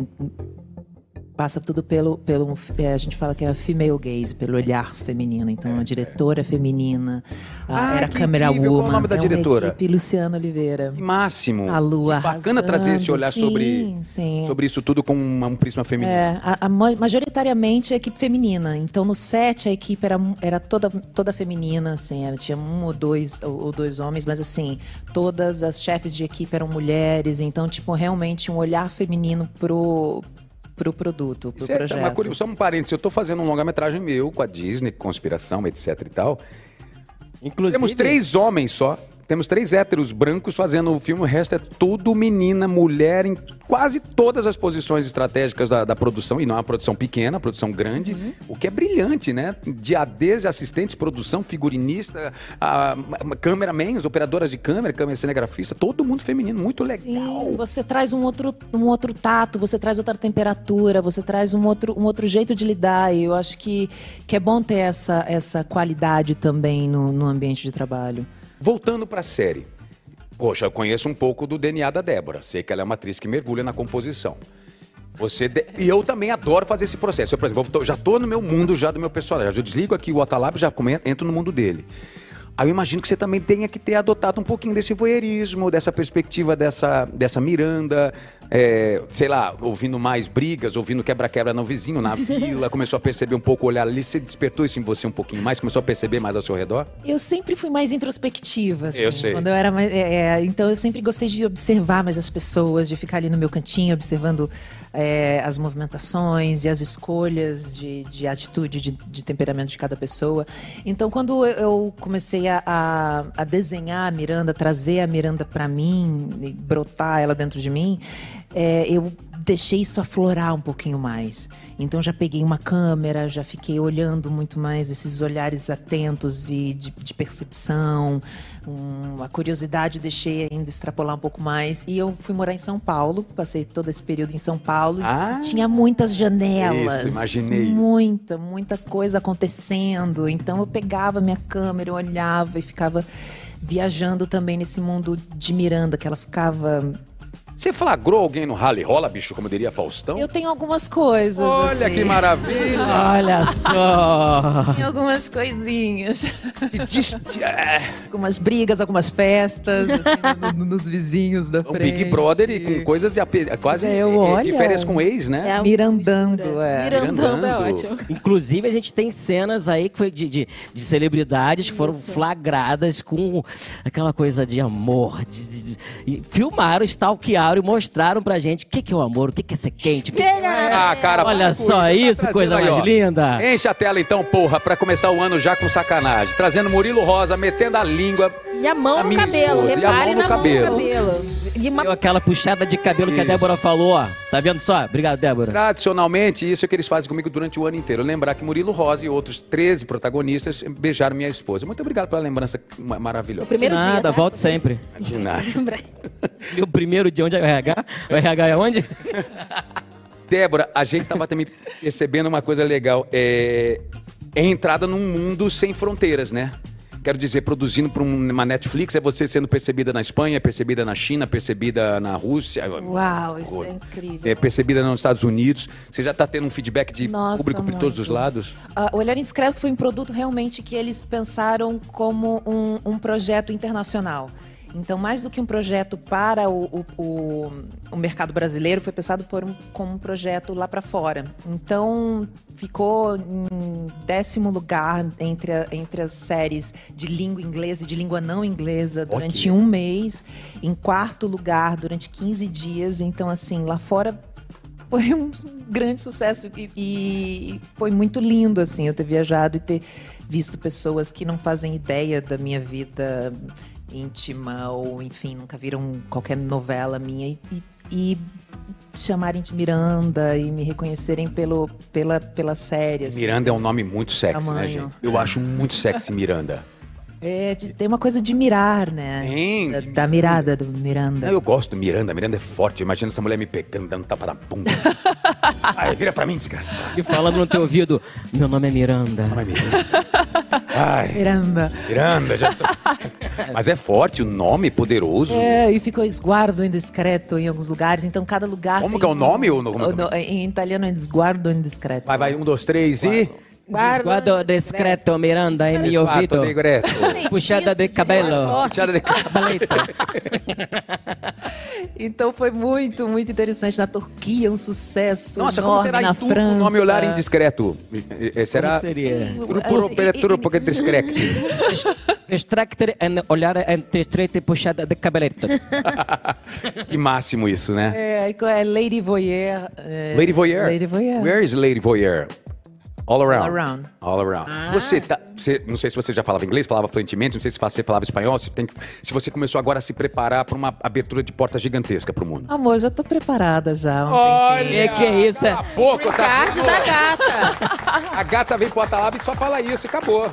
passa tudo pelo, pelo é, a gente fala que é a female gaze, pelo olhar feminino. Então, a diretora feminina, a, Ah, era É, que câmera incrível, woman. qual o nome da é uma diretora? equipe, Luciana Oliveira. Máximo. A Lua Que Bacana trazer esse arrasando, olhar sobre, sim, sim. sobre isso tudo com uma- um prisma feminino. É, a, a ma- majoritariamente é equipe feminina. Então, no set, a equipe era, mu- era toda, toda feminina, assim, era, tinha um ou dois, ou, ou dois homens, mas assim, todas as chefes de equipe eram mulheres. Então, tipo, realmente um olhar feminino pro, pro produto, pro Isso é projeto. uma curi- Só um parênteses, eu tô fazendo um longa-metragem meu com a Disney, Conspiração, etc e tal. Inclusive. Temos três homens só. Temos três héteros brancos fazendo o filme, o resto é tudo menina, mulher, em quase todas as posições estratégicas da, da produção, e não é uma produção pequena, é uma produção grande, Uhum. o que é brilhante, né? De AD, desde assistentes, produção, figurinista, a, a, cameramans, operadoras de câmera, câmera cinegrafista, todo mundo feminino, muito legal. Sim, você traz um outro, um outro tato, você traz outra temperatura, você traz um outro, um outro jeito de lidar. E eu acho que, que é bom ter essa, essa qualidade também no, no ambiente de trabalho. Voltando para a série. Poxa, eu conheço um pouco do DNA da Débora. Sei que ela é uma atriz que mergulha na composição. Você de- E eu também adoro fazer esse processo. Eu, por exemplo, tô- já tô no meu mundo já do meu personagem. Eu desligo aqui o Otalab e já come- entro no mundo dele. Aí eu imagino que você também tenha que ter adotado um pouquinho desse voyeurismo, dessa perspectiva dessa, dessa Miranda, é, sei lá, ouvindo mais brigas, ouvindo quebra-quebra no vizinho, na vila, começou a perceber um pouco o olhar ali, você despertou isso em você um pouquinho mais, começou a perceber mais ao seu redor? Eu sempre fui mais introspectiva, assim. Eu sei. Quando eu era mais. é, é, então eu sempre gostei de observar mais as pessoas, de ficar ali no meu cantinho, observando é, as movimentações e as escolhas de, de atitude, de, de temperamento de cada pessoa. Então, quando eu- eu comecei a, a- a desenhar a Miranda, trazer a Miranda pra mim, e brotar ela dentro de mim, é, eu deixei isso aflorar um pouquinho mais. Então já peguei uma câmera, já fiquei olhando muito mais esses olhares atentos e de, de percepção. Um, a curiosidade deixei ainda extrapolar um pouco mais. E eu fui morar em São Paulo, passei todo esse período em São Paulo. e Ah. Tinha muitas janelas. Isso, imaginei isso. Muita, muita coisa acontecendo. Então eu pegava minha câmera, eu olhava e ficava viajando também nesse mundo de Miranda, que ela ficava Você flagrou alguém no rally rola, bicho, como diria Faustão? eu tenho algumas coisas. Então Olha assim. que maravilha! Olha só! Tenho algumas coisinhas. Se diz- é, algumas brigas, algumas festas, assim, no- no- nos vizinhos da um frente. Big Brother e com coisas de ape- quase Mas eu, eh, de olha. férias com ex, né? É uma Mirandando, mistura. é. Mirandando é Mirandando. ótimo. Inclusive, a gente tem cenas aí que foi de, de, de celebridades que foram flagradas com aquela coisa de amor. de- de- de- e filmaram, stalkearam e mostraram pra gente o que, que é o amor, o que, que é ser quente. o que- Ah, cara, É. Olha para com só tá isso, trazendo coisa mais ó. linda. Enche a tela então, porra, pra começar o ano já com sacanagem. Trazendo Murilo Rosa, metendo a língua. E a mão A no minha cabelo, esposa, e a repare mão no na cabelo. mão no cabelo. E uma Deu aquela puxada de cabelo que a Isso. Débora falou, ó. Tá vendo só? Obrigado, Débora. Tradicionalmente, isso é o que eles fazem comigo durante o ano inteiro. Lembrar que Murilo Rosa e outros 13 protagonistas beijaram minha esposa. Muito obrigado pela lembrança ma- maravilhosa. De primeiro dia, nada, tá? volto sempre. De nada. Lembrei. Meu primeiro dia, onde é o RH? O RH é onde? Débora, a gente tava também percebendo uma coisa legal. É, é a entrada num mundo sem fronteiras, né? Quero dizer, produzindo para uma Netflix, é você sendo percebida na Espanha, percebida na China, percebida na Rússia. Uau, isso é Horror. incrível. É, percebida nos Estados Unidos. Você já está tendo um feedback de Nossa, público por todos muito. os lados? Ah, o Olhar Indiscreto foi um produto realmente que eles pensaram como um, um projeto internacional. Então, mais do que um projeto para o, o- o- o mercado brasileiro, foi pensado por um- como um projeto lá para fora. Então, ficou em décimo lugar entre, a- entre as séries de língua inglesa e de língua não inglesa durante Ok. um mês, em quarto lugar durante 15 dias. Então, assim, lá fora foi um grande sucesso e, e foi muito lindo assim eu ter viajado e ter visto pessoas que não fazem ideia da minha vida íntima ou enfim nunca viram qualquer novela minha e, e- e chamarem de Miranda e me reconhecerem pelo pela pela série assim. Miranda é um nome muito sexy, né, Tamanho. gente? Eu acho muito sexy Miranda. é de, tem uma coisa de mirar né Hein? da, da mirada do Miranda Não, eu gosto do Miranda. Miranda é forte. Imagina essa mulher me pegando, dando tapa na bunda. Ai, vira pra mim, desgraçado. E falando no teu ouvido, meu nome é Miranda. Ai, Miranda. Ai. Miranda Miranda, já tô... Mas é forte o nome, poderoso. É, e ficou esguardo indiscreto em alguns lugares, então cada lugar. Como tem que é o nome, o no- o no- em italiano é desguardo indiscreto. Vai, vai, um, dois, três e. Desguardo discreto, Miranda, em meu Esparto, ouvido. negreto. Gente, Puxada de isso, cabelo. gente, ó, Puxada de cabelo. Então foi muito, muito interessante. Na Turquia, um sucesso. Nossa, como enorme será na em turco França. o nome olhar indiscreto? Eh, eh, Como é Será. que seria? Grupo Petro Discreto. Distractor and olhar entre estreito e puxada de cabeletos. Que máximo isso, né? É, aí qual é Lady Voyeur. é, Lady Voyeur. Lady Voyeur. Where is Lady Voyeur? All around. All around. All around. Ah. Você tá. você- não sei se você já falava inglês, falava fluentemente, não sei se você falava espanhol, se, tem que- se você começou agora a se preparar para uma abertura de porta gigantesca pro mundo. Amor, eu já tô preparada já. há um tempinho. É que é isso, é- Cala a boca, tá Card da gata. A gata vem pro Atalaba e só fala isso, acabou.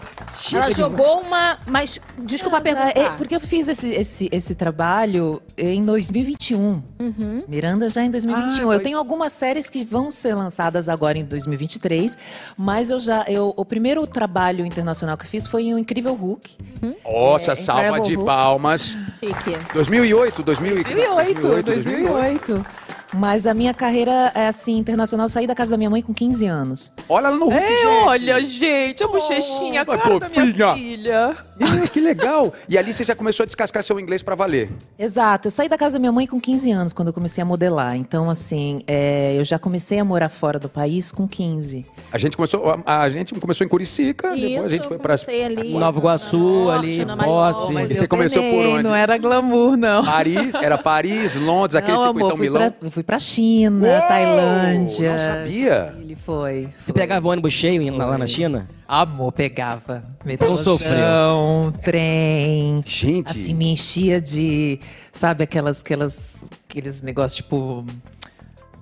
Ela de- jogou uma. Mas, desculpa Ah, Não, já- perguntar. é, porque eu fiz esse, esse, esse trabalho em 2021. Uhum. Miranda já em 2021. Ah, eu foi- tenho algumas séries que vão ser lançadas agora em 2023, mas eu já eu, o primeiro trabalho internacional que eu fiz foi em O Incrível Hulk. Nossa, É, salva Incredible de Hulk. palmas. Chique. 2008, 2008, 2008, 2008. Mas a minha carreira é assim internacional, eu saí da casa da minha mãe com 15 anos. Olha lá no É, Hulk, gente. Olha, gente, a bochechinha, a mas, cara da minha fofinha. filha. Ih, que legal. E ali você já começou a descascar seu inglês pra valer. Exato, eu saí da casa da minha mãe com 15 anos quando eu comecei a modelar. Então assim, é, eu já comecei a morar fora do país com 15. A gente começou, a, a gente começou em Curicica, depois a gente eu foi pra... comecei ali, Nova Iguaçu, Norte, ali, na Posse. Marginal, E você começou por onde? Não era glamour, não. Paris, era Paris, Londres, aquele Não, circuitão amor, fui Milão. Pra, fui pra China, Uou! Tailândia. Não sabia. Ele foi. Você foi. pegava ônibus cheio em- lá na China? Amor, pegava. Então Não Metrôzão, trem. Gente, Assim, me enchia de, sabe, aquelas, aquelas, aqueles negócios tipo...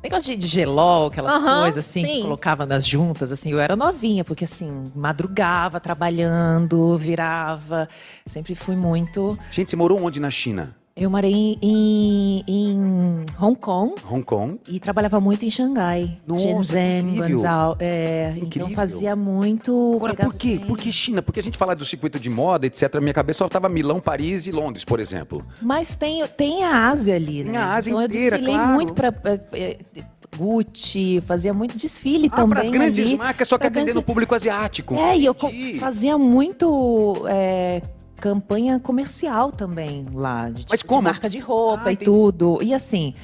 Negócio de, de gelol, aquelas Aham, coisas assim, sim. que colocava nas juntas, assim, eu era novinha, porque assim, madrugava, trabalhando, virava, sempre fui muito. gente, você morou onde na China? Eu morei em, em, em Hong Kong, Hong Kong? E trabalhava muito em Xangai. Nossa, que Shenzhen, incrível. Guangzhou. É, Incrível. então fazia muito. Agora, pegava por quê? trem. Por que China? Porque a gente fala do circuito de moda, etc. Minha cabeça só tava Milão, Paris e Londres, por exemplo. Mas tem, tem a Ásia ali, né? Tem a Ásia então inteira, eu desfilei claro. muito pra. pra- é, Gucci, fazia muito desfile Ah, também. pras grandes ali, marcas, só que pra atendendo dança- o público asiático. É, e eu co- Entendi. fazia muito é, campanha comercial também lá. De, Mas tipo, de como? marca de roupa Ah, e entendi. tudo. E assim,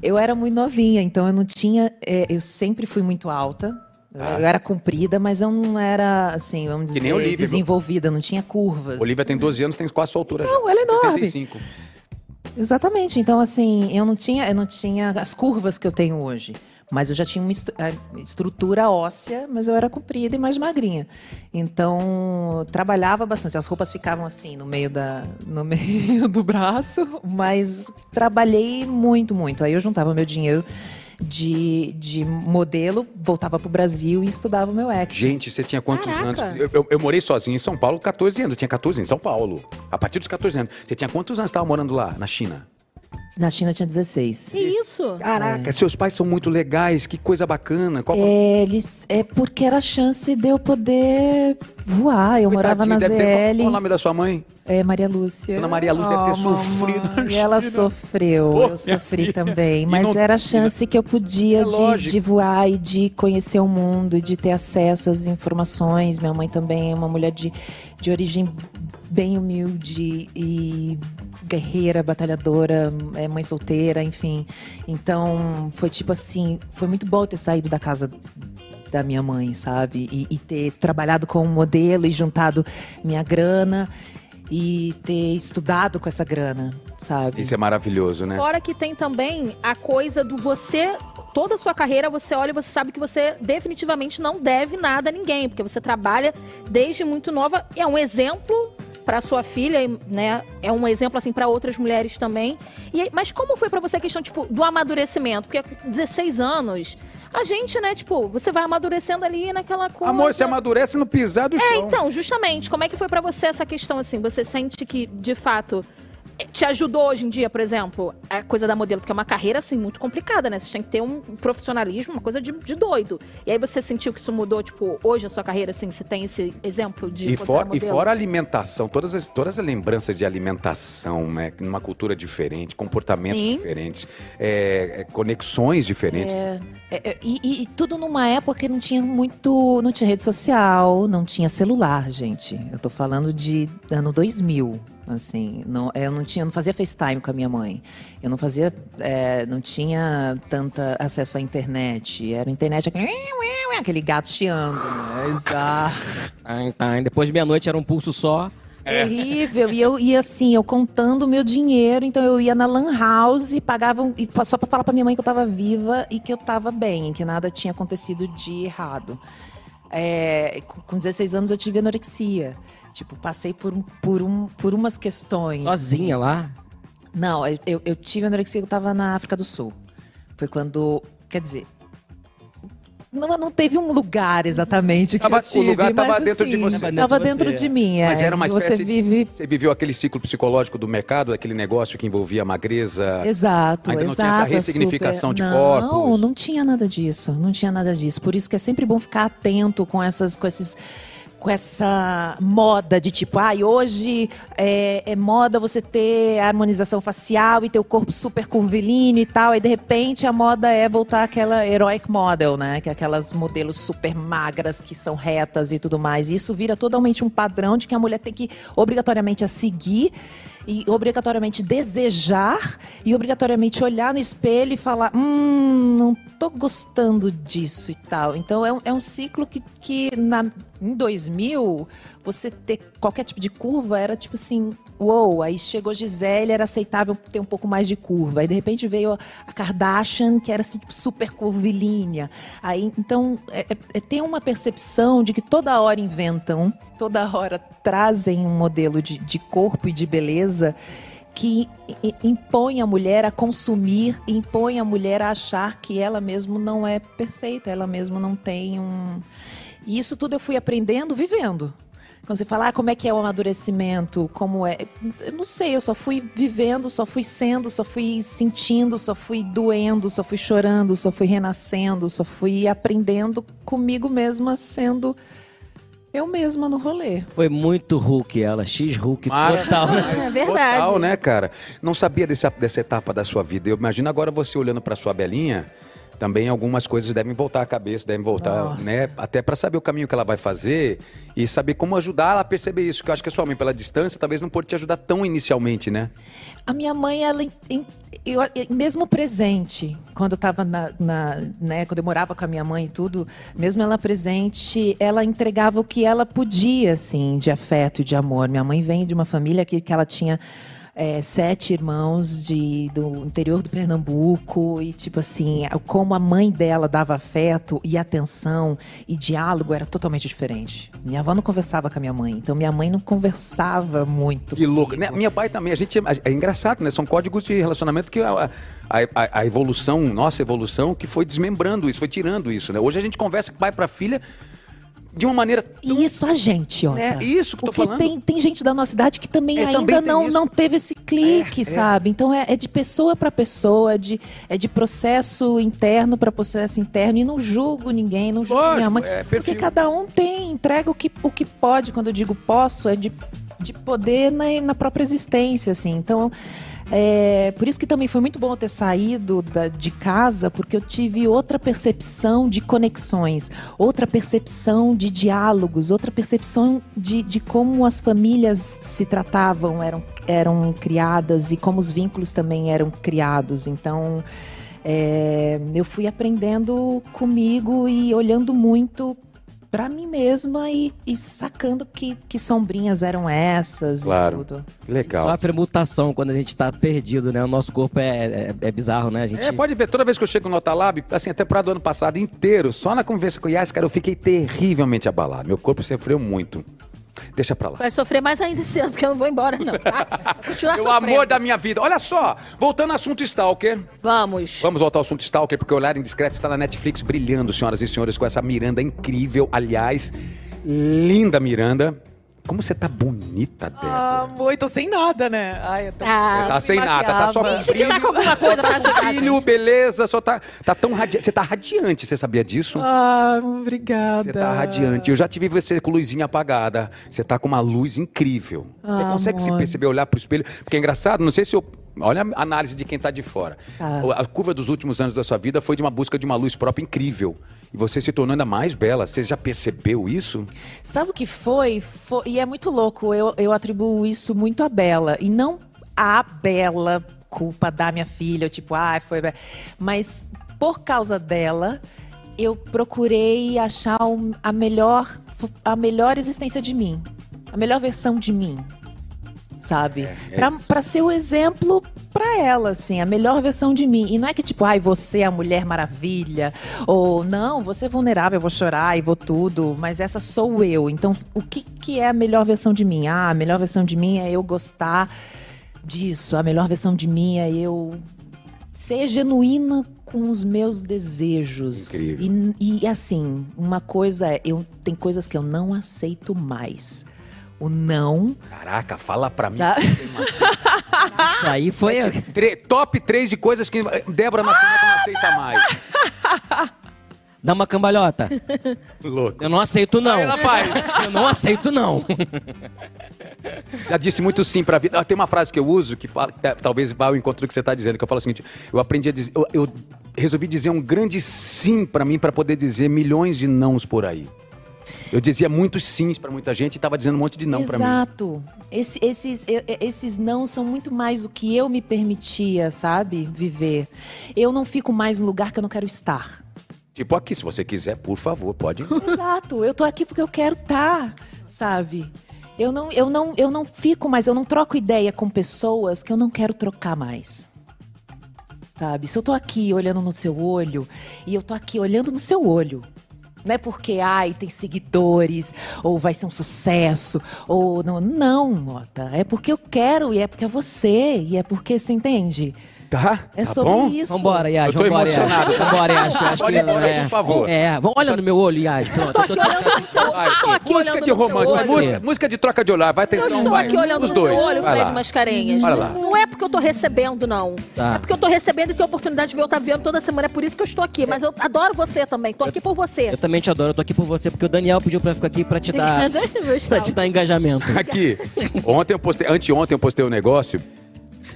eu era muito novinha, então eu não tinha. é, eu sempre fui muito alta. Ah. Eu era comprida, mas eu não era, assim, vamos Que dizer, nem Olivia, viu? desenvolvida, não tinha curvas. Olivia tem 12 anos, tem quase sua altura. Não, ela é enorme. 75. Exatamente. Então, assim, eu não tinha, eu não tinha as curvas que eu tenho hoje. Mas eu já tinha uma estru- a estrutura óssea, mas eu era comprida e mais magrinha. Então, eu trabalhava bastante. As roupas ficavam assim, no meio, da, no meio do braço, mas trabalhei muito, muito. Aí eu juntava meu dinheiro de, de modelo, voltava pro Brasil e estudava o meu acting. Gente, você tinha quantos Caraca. anos? Eu, eu- eu morei sozinho em São Paulo 14 anos. Eu tinha 14 em São Paulo. A partir dos 14 anos. Você tinha quantos anos que estava morando lá, na China? Na China eu tinha 16. Que isso? Caraca, seus pais são muito legais, que coisa bacana. Qual- Eles, É. é porque era a chance de eu poder voar. Eu morava Coitadinho, deve na ter- Qual o ZL. nome da sua mãe? É, Maria Lúcia. Oh, Dona Maria Lúcia deve ter mamãe, sofrido na E ela China. sofreu, Pô, minha eu sofri filha. E também. Mas não- era a chance que eu podia É de, lógico. de voar e de conhecer o mundo, e de ter acesso às informações. Minha mãe também é uma mulher de, de origem bem humilde e guerreira, batalhadora, é mãe solteira, enfim. Então, foi tipo assim, foi muito bom ter saído da casa da minha mãe, sabe? E, e ter trabalhado com um modelo e juntado minha grana e ter estudado com essa grana, sabe? Isso é maravilhoso, né? Fora que tem também a coisa do você. Toda a sua carreira, você olha e você sabe que você definitivamente não deve nada a ninguém, porque você trabalha desde muito nova. É um exemplo para sua filha, e, né? É um exemplo assim para outras mulheres também. E, aí- mas como foi para você a questão tipo do amadurecimento? Porque com 16 anos, a gente, né, tipo, você vai amadurecendo ali naquela coisa. Amor, é? você amadurece no pisar do chão. Então, justamente, como é que foi pra você essa questão assim? Você sente que, de fato, te ajudou hoje em dia, por exemplo, a coisa da modelo, porque é uma carreira assim muito complicada, né? Você tem que ter um profissionalismo, uma coisa de, de doido. E aí você sentiu que isso mudou, tipo, hoje a sua carreira, assim, você tem esse exemplo de E quando você é fora, era e modelo? fora a alimentação, todas as, todas as lembranças de alimentação, né? Numa cultura diferente, comportamentos Sim. diferentes, é, é, conexões diferentes. É, é, e, e- e tudo numa época que não tinha muito. Não tinha rede social, não tinha celular, gente. Eu tô falando de ano 2000. Assim, não, eu não tinha, eu não fazia FaceTime com a minha mãe. Eu não fazia, é, não tinha tanta acesso à internet. Era internet aquele, aquele gato chiando. Né? Exato. Ah, tá. E Depois de meia-noite era um pulso só. É. Terrível. E eu ia assim, eu contando o meu dinheiro, então eu ia na lan house e pagava um- e fa- só pra falar pra minha mãe que eu tava viva e que eu tava bem, que nada tinha acontecido de errado. é, com- com 16 anos eu tive anorexia. Tipo, passei por, um- por, um, por umas questões. Sozinha lá? Não, eu, eu- eu tive anorexia que eu tava na África do Sul. Foi quando. Quer dizer. Não, não teve um lugar exatamente que Tava- o eu tive. lugar mas, tava dentro de assim, você. Tava Tava dentro de dentro você. de mim. é. Mas era uma espécie de- Você vive. Você viveu aquele ciclo psicológico do mercado, aquele negócio que envolvia magreza. Exato, Ainda não exato. tinha essa é super- ressignificação de não, corpos? Não, tinha nada disso. Não tinha nada disso. Por isso que é sempre bom ficar atento com essas, com esses, com essa moda de tipo, ai, hoje é, é moda você ter harmonização facial e ter o corpo super curvilíneo e tal. E de repente a moda é voltar àquela heroic model, né? Que é aquelas modelos super magras que são retas e tudo mais. E isso vira totalmente um padrão de que a mulher tem que obrigatoriamente a seguir e obrigatoriamente desejar e obrigatoriamente olhar no espelho e falar, hum, não tô gostando disso e tal. Então é um, é um ciclo que, que na, em 2000, você ter qualquer tipo de curva era tipo assim, uou, aí chegou Gisele, era aceitável ter um pouco mais de curva. Aí de repente veio a- a Kardashian, que era assim, tipo, super curvilínea. Aí, então, é, é- é ter uma percepção de que toda hora inventam, toda hora trazem um modelo de, de corpo e de beleza que i- i- impõe a mulher a consumir, impõe a mulher a achar que ela mesmo não é perfeita, ela mesmo não tem um. E isso tudo eu fui aprendendo vivendo. Quando você fala, ah, como é que é o amadurecimento, como é. Eu não sei, eu só fui vivendo, só fui sendo, só fui sentindo, só fui doendo, só fui chorando, só fui renascendo, só fui aprendendo comigo mesma, sendo eu mesma no rolê. Foi muito Hulk ela, X-Hulk Mara- total. né? Mas é verdade. Total, né, cara? Não sabia desse- dessa etapa da sua vida. Eu imagino agora você olhando pra sua belinha, também algumas coisas devem voltar à cabeça, devem voltar, Nossa. né? Até pra saber o caminho que ela vai fazer e saber como ajudar ela a perceber isso. Que eu acho que a sua mãe, pela distância, talvez não pôde te ajudar tão inicialmente, né? A minha mãe, ela. en- en- eu- eu- mesmo presente, quando eu tava na, na- né, quando eu morava com a minha mãe e tudo, mesmo ela presente, ela entregava o que ela podia, assim, de afeto e de amor. Minha mãe vem de uma família que, que ela tinha é, sete irmãos de, do interior do Pernambuco e tipo assim, a- como a mãe dela dava afeto e atenção e diálogo era totalmente diferente. Minha avó não conversava com a minha mãe, então minha mãe não conversava muito. Que louco. comigo. Né? Minha pai também. A gente é, é engraçado, né? São códigos de relacionamento que a, a- a- a evolução, nossa evolução, que foi desmembrando isso, foi tirando isso, né? Hoje a gente conversa com pai pra filha de uma maneira. E isso a gente, ó. tá? Né? Isso que eu tô Porque falando. Tem, tem gente da nossa idade que também É, ainda também tem não, isso. não teve esse É, clique, é. sabe? Então é, é de pessoa para pessoa, é de, é de processo interno para processo interno. E não julgo ninguém, não julgo Lógico, minha mãe. é porque perfil. cada um tem, entrega o que, o que pode. Quando eu digo posso, é de, de poder na, na própria existência, assim. Então. É, por isso que também foi muito bom eu ter saído da- de casa, porque eu tive outra percepção de conexões, outra percepção de diálogos, outra percepção de, de como as famílias se tratavam, eram, eram criadas e como os vínculos também eram criados. Então, é, eu fui aprendendo comigo e olhando muito para mim mesma e, e sacando que, que sombrinhas eram essas Claro. e tudo. Legal. Sofre mutação quando a gente tá perdido, né? O nosso corpo é, é, é bizarro, né? A gente... É, pode ver, toda vez que eu chego no Otalab, assim, a temporada do ano passado inteiro, só na conversa com o Yas, cara, eu fiquei terrivelmente abalado. Meu corpo sofreu muito. Deixa pra lá. Vai sofrer mais ainda esse ano, porque eu não vou embora, não, tá? Vou Continuar Meu sofrendo. amor da minha vida. Olha só, voltando ao assunto Stalker. Vamos. Vamos voltar ao assunto Stalker, porque o Olhar Indiscreto está na Netflix brilhando, senhoras e senhores, com essa Miranda incrível. Aliás, linda Miranda. Como você tá bonita, Débora. Amor, eu tô Ah, sem nada, né? Ai, eu tô... Ah, tá sem nada, tá só com maquiava. Finge que tá com alguma coisa pra ajudar, brilho, gente. beleza, só tá, tá tão radiante. Você tá radiante, você sabia disso? Ah, obrigada. Você tá radiante. Eu já te vi você com luzinha apagada. Você tá com uma luz incrível. você Ah, consegue se amor. perceber, olhar pro espelho. Porque é engraçado, não sei se eu. Olha a análise de quem tá de fora. Tá. A curva dos últimos anos da sua vida foi de uma busca de uma luz própria incrível. E você se tornou ainda mais bela. Você já percebeu isso? Sabe o que foi? Fo- e é muito louco, eu, eu atribuo isso muito à Bela. E não à Bela culpa da minha filha, ou tipo, ah, foi. Be-". Mas por causa dela, eu procurei achar um- a, melhor, a melhor existência de mim. A melhor versão de mim. Sabe? É, é Pra, pra ser o exemplo pra era ela, assim, a melhor versão de mim. E não é que tipo, ai, você é a mulher maravilha, ou não, você é vulnerável, eu vou chorar e vou tudo, mas essa sou eu. Então, o que, que é a melhor versão de mim? Ah, a melhor versão de mim é eu gostar disso, a melhor versão de mim é eu ser genuína com os meus desejos. Incrível. E, e, assim, uma coisa é, eu tem coisas que eu não aceito mais. O não. Caraca, fala pra mim. Sabe? que você não aceita. Isso aí foi. É. Tre- top 3 de coisas que Débora Nascimento não aceita mais. Dá uma cambalhota. Louco. Eu não aceito, não. Aí ela faz. Eu não aceito, não. Já disse muito sim pra vida. Ah, Tem uma frase que eu uso que fala- que talvez vá ao encontro do que você tá dizendo, que eu falo o seguinte: eu aprendi a dizer. Eu, eu resolvi dizer um grande sim pra mim pra poder dizer milhões de nãos por aí. Eu dizia muitos sims pra muita gente e tava dizendo um monte de não pra mim. Exato. Esse- esses, e- e- esses não são muito mais do que eu me permitia, sabe? Viver. Eu não fico mais no lugar que eu não quero estar. Tipo aqui, se você quiser, por favor, pode. ir. Exato, eu tô aqui porque eu quero estar, sabe? Eu não, eu, não, eu não fico mais, eu não troco ideia com pessoas que eu não quero trocar mais. Sabe? Se eu tô aqui olhando no seu olho, e eu tô aqui olhando no seu olho. Não é porque, ai, tem seguidores, ou vai ser um sucesso, ou não. Não, Mota. É porque eu quero, e é porque é você, e é porque, você entende? Tá? É tá sobre bom? isso. Vambora, Yas. Eu tô vambora, Yas. emocionado. Vambora, Yas. que eu acho que Olha, olha, é. por favor. Tá É, vamos- olha no meu olho, Yas. Pronto, Tô aqui olhando no seu Vai. olho. Tô aqui música olhando de no seu romance, olho. mas música, música de troca de olhar. Vai atenção, Eu estou vai. aqui olhando Os no dois. seu olho, vai Fred lá. Mascarenhas. Olha lá. Não é porque eu tô recebendo, não. Tá. É porque eu tô recebendo e tenho a oportunidade de ver o Otaviano toda semana. É por isso que eu estou aqui. Mas eu adoro você também. Tô aqui por Eu você. também te adoro, eu tô aqui por você, porque o Daniel pediu pra eu ficar aqui pra te dar, pra te dar engajamento. Aqui, ontem eu postei, anteontem eu postei um negócio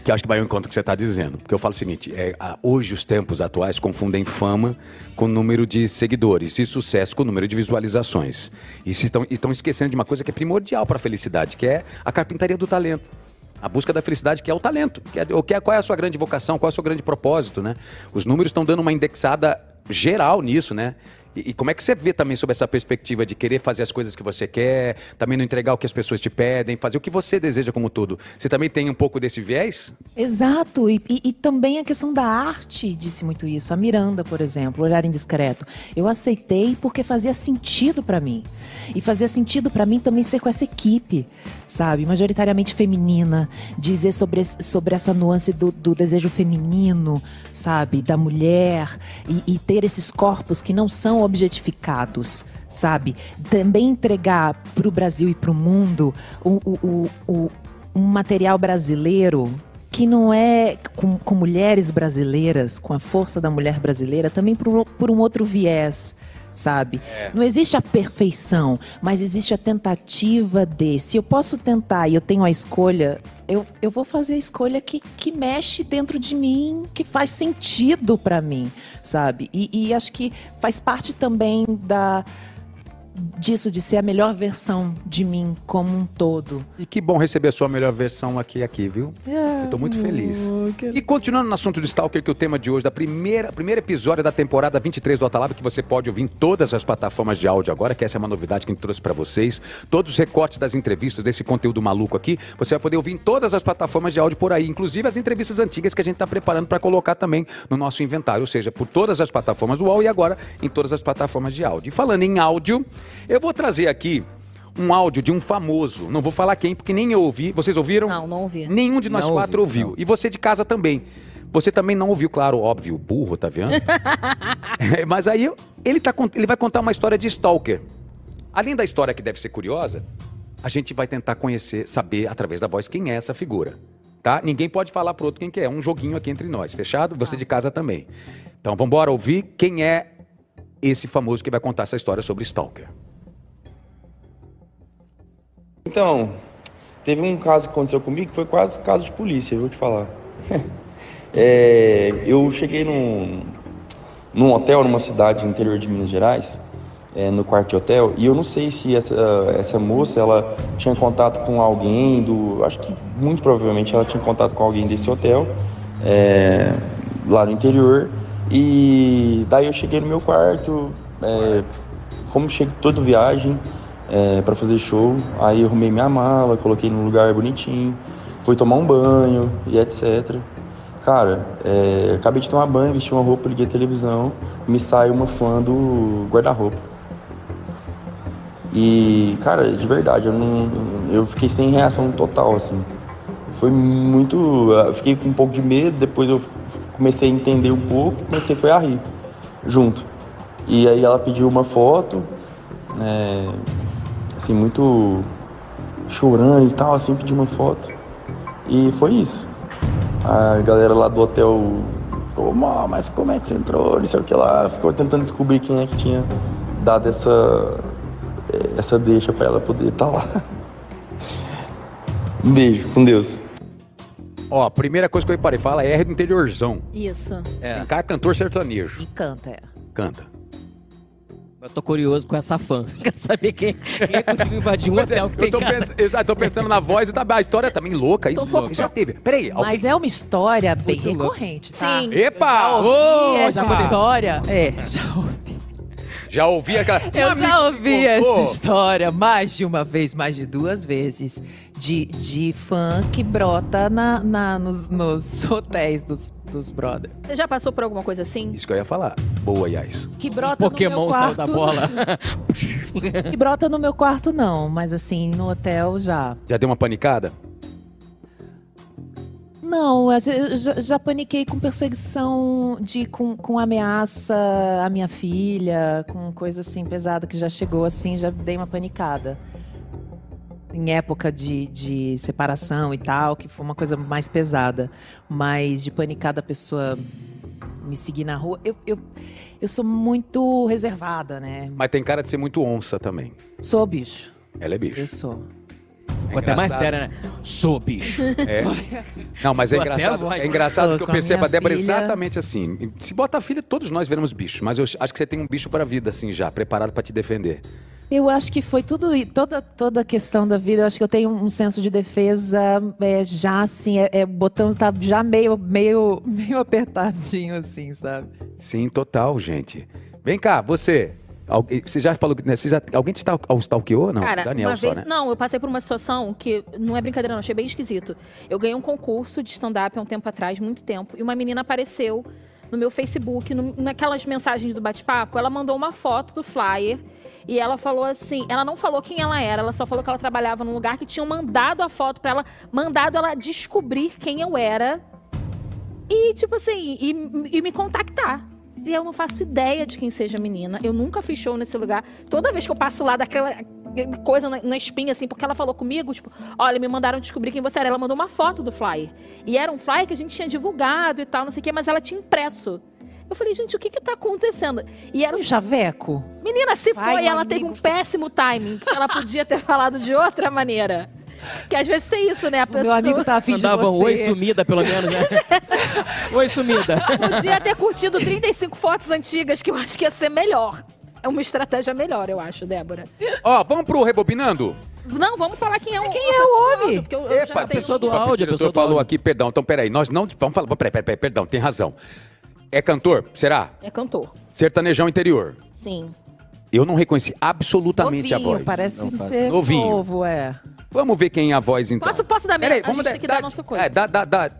que acho que vai ao encontro que você está dizendo. Porque eu falo o seguinte, é, a- hoje os tempos atuais confundem fama com número de seguidores e sucesso com número de visualizações. E se estão, estão esquecendo de uma coisa que é primordial para a felicidade, que é a carpintaria do talento. A busca da felicidade, que é o talento. Que é, o que é- qual é a sua grande vocação, qual é o seu grande propósito, né? Os números estão dando uma indexada geral nisso, né? E, e como é que você vê também sobre essa perspectiva de querer fazer as coisas que você quer, também não entregar o que as pessoas te pedem, fazer o que você deseja como tudo? Você também tem um pouco desse viés? Exato, e, e- e também a questão da arte disse muito isso. A Miranda, por exemplo, Olhar Indiscreto. Eu aceitei porque fazia sentido pra mim. E fazia sentido pra mim também ser com essa equipe, sabe? Majoritariamente feminina, dizer sobre, es- sobre essa nuance do, do desejo feminino, sabe? Da mulher, e, e ter esses corpos que não são objetificados, sabe? Também entregar pro Brasil e pro mundo o- o- o- o um material brasileiro que não é com, com mulheres brasileiras, com a força da mulher brasileira, também por, um- por um outro viés, sabe? Não existe a perfeição, mas existe a tentativa de. Se eu posso tentar e eu tenho a escolha, eu, eu vou fazer a escolha que, que mexe dentro de mim, que faz sentido pra mim, sabe? E, e acho que faz parte também da disso de ser a melhor versão de mim como um todo. E que bom receber a sua melhor versão aqui, aqui, viu? Eu tô muito feliz. E continuando no assunto do Stalker, que é o tema de hoje, da primeira, primeiro episódio da temporada 23 do Atalab, que você pode ouvir em todas as plataformas de áudio agora, que essa é uma novidade que a gente trouxe pra vocês. Todos os recortes das entrevistas, desse conteúdo maluco aqui, você vai poder ouvir em todas as plataformas de áudio por aí, inclusive as entrevistas antigas que a gente tá preparando pra colocar também no nosso inventário, ou seja, por todas as plataformas do UOL e agora em todas as plataformas de áudio. E falando em áudio, eu vou trazer aqui um áudio de um famoso, não vou falar quem, porque nem eu ouvi, vocês ouviram? Não, não ouvi. Nenhum de nós Não quatro ouvi, ouviu. E você de casa também. Você também não ouviu, claro, óbvio, burro, tá vendo? É, Mas aí ele, tá, cont- ele vai contar uma história de stalker. Além da história que deve ser curiosa, a gente vai tentar conhecer, saber através da voz quem é essa figura. Tá? Ninguém pode falar pro outro quem que é. É um joguinho aqui entre nós, fechado? Você de casa também. Então vamos embora ouvir quem é esse famoso que vai contar essa história sobre stalker. Então, teve um caso que aconteceu comigo que foi quase caso de polícia, eu vou te falar. É, eu cheguei num, num hotel, numa cidade do interior de Minas Gerais, é, no quarto de hotel, e eu não sei se essa, essa moça ela tinha contato com alguém do. Acho que muito provavelmente ela tinha contato com alguém desse hotel, é, lá no interior. E daí eu cheguei no meu quarto, é, como chego toda viagem é, para fazer show, aí eu arrumei minha mala, coloquei num lugar bonitinho, fui tomar um banho e etc. Cara, é, acabei de tomar banho, vesti uma roupa, liguei a televisão, me saiu uma fã do guarda-roupa. E, cara, de verdade, eu não. Eu fiquei sem reação total, assim. Foi muito. eu Fiquei com um pouco de medo, depois eu comecei a entender um pouco, comecei foi a rir junto. E aí ela pediu uma foto, é, assim, muito chorando e tal, assim, pediu uma foto. E foi isso. A galera lá do hotel ficou, "Mó, mas como é que você entrou? Não sei o que lá. Ficou tentando descobrir quem é que tinha dado essa, eh, essa deixa pra ela poder estar lá. Um beijo, com Deus. Ó, a primeira coisa que eu reparei, fala R do interiorzão. Isso. É. Tem cara cantor sertanejo. E canta, é. Canta. Eu tô curioso com essa fã. Quero saber quem, quem conseguiu invadir um Pois é, hotel que tem eu tô, cara. pens- exato, tô pensando na voz e da a história é também louca. Isso, louca. já teve. Peraí, alguém... Mas é uma história bem Muito louco. recorrente, tá? Sim. Epa! Já Ô, ouvi essa já- história. É, já ouvi. Já ouvi aquela. Eu Um já amigo ouvi essa contou. história mais de uma vez, mais de duas vezes, de, de fã que brota na, na- nos, nos hotéis dos, dos brother. Você já passou por alguma coisa assim? Isso que eu ia falar. Boa, Yas. Que brota no meu Pokémon saiu quarto. da bola. Que brota no meu quarto, não, mas assim, no hotel já. Já deu uma panicada? Não, eu já- eu já, já paniquei com perseguição de com, com ameaça à minha filha, com coisa assim pesada que já chegou assim, já dei uma panicada. Em época de, de separação e tal, que foi uma coisa mais pesada. Mas de panicada a pessoa me seguir na rua. Eu, eu, eu sou muito reservada, né? Mas tem cara de ser muito onça também. Sou bicho. Ela é bicho. Eu sou. Ficou até mais engraçado. séria, né? Sou bicho. É. Não, mas é Até a engraçado, voz. é engraçado Tô que eu com a percebo minha a Débora filha. exatamente assim. Se bota a filha, todos nós veremos bicho, mas eu acho que você tem um bicho pra vida, assim, já, preparado pra te defender. Eu acho que foi tudo, e toda, toda a questão da vida. Eu acho que eu tenho um senso de defesa é, já assim, é, é, o botão tá já meio, meio, meio apertadinho assim, sabe? Sim, total, gente. Vem cá, você. Alguém, você já falou que. né, você já, alguém te stal- ao- stalkeou? Não, Cara, Daniel uma só, vez. né? Não, eu passei por uma situação que não é brincadeira, não, achei bem esquisito. Eu ganhei um concurso de stand-up há um tempo atrás, muito tempo, e uma menina apareceu no meu Facebook, no- naquelas mensagens do bate-papo, ela mandou uma foto do flyer e ela falou assim, ela não falou quem ela era, ela só falou que ela trabalhava num lugar que tinham mandado a foto pra ela, mandado ela descobrir quem eu era e tipo assim, e, e me contactar. E eu não faço ideia de quem seja a menina. Eu nunca fiz show nesse lugar. Toda vez que eu passo lá daquela coisa na, na espinha, assim, porque ela falou comigo, tipo, olha, me mandaram descobrir quem você era. Ela mandou uma foto do flyer. E era um flyer que a gente tinha divulgado e tal, não sei o quê, mas ela tinha impresso. Eu falei, gente, o que que tá acontecendo? E era Um chaveco? Menina, se Vai, foi, meu ela teve um amigo. péssimo timing, porque ela podia ter falado de outra maneira. Que às vezes tem isso, né? A Meu pessoa amigo tá afim de Mandava um oi você. sumida, pelo menos, né? oi sumida. podia ter curtido 35 fotos antigas, que eu acho que ia ser melhor. É uma estratégia melhor, eu acho, Débora. Ó, vamos pro Rebobinando? Não, vamos falar quem é o. Quem é o homem? Porque eu, eu já Epa, tenho- um- pessoa do desculpa, áudio, a o pessoa pessoa do falou áudio. aqui, perdão. Então, peraí, nós não. Vamos falar. Peraí, peraí, peraí, perdão, tem razão. É cantor? Será? É cantor. Sertanejão interior. Sim. Eu não reconheci absolutamente a voz. Novinho, parece ser Novinho. novo, é. Vamos ver quem é a voz então. Posso, posso dar minha? Peraí, a gente vamos dar- tem que dá- dar a nossa coisa. É, dá, dá, dá.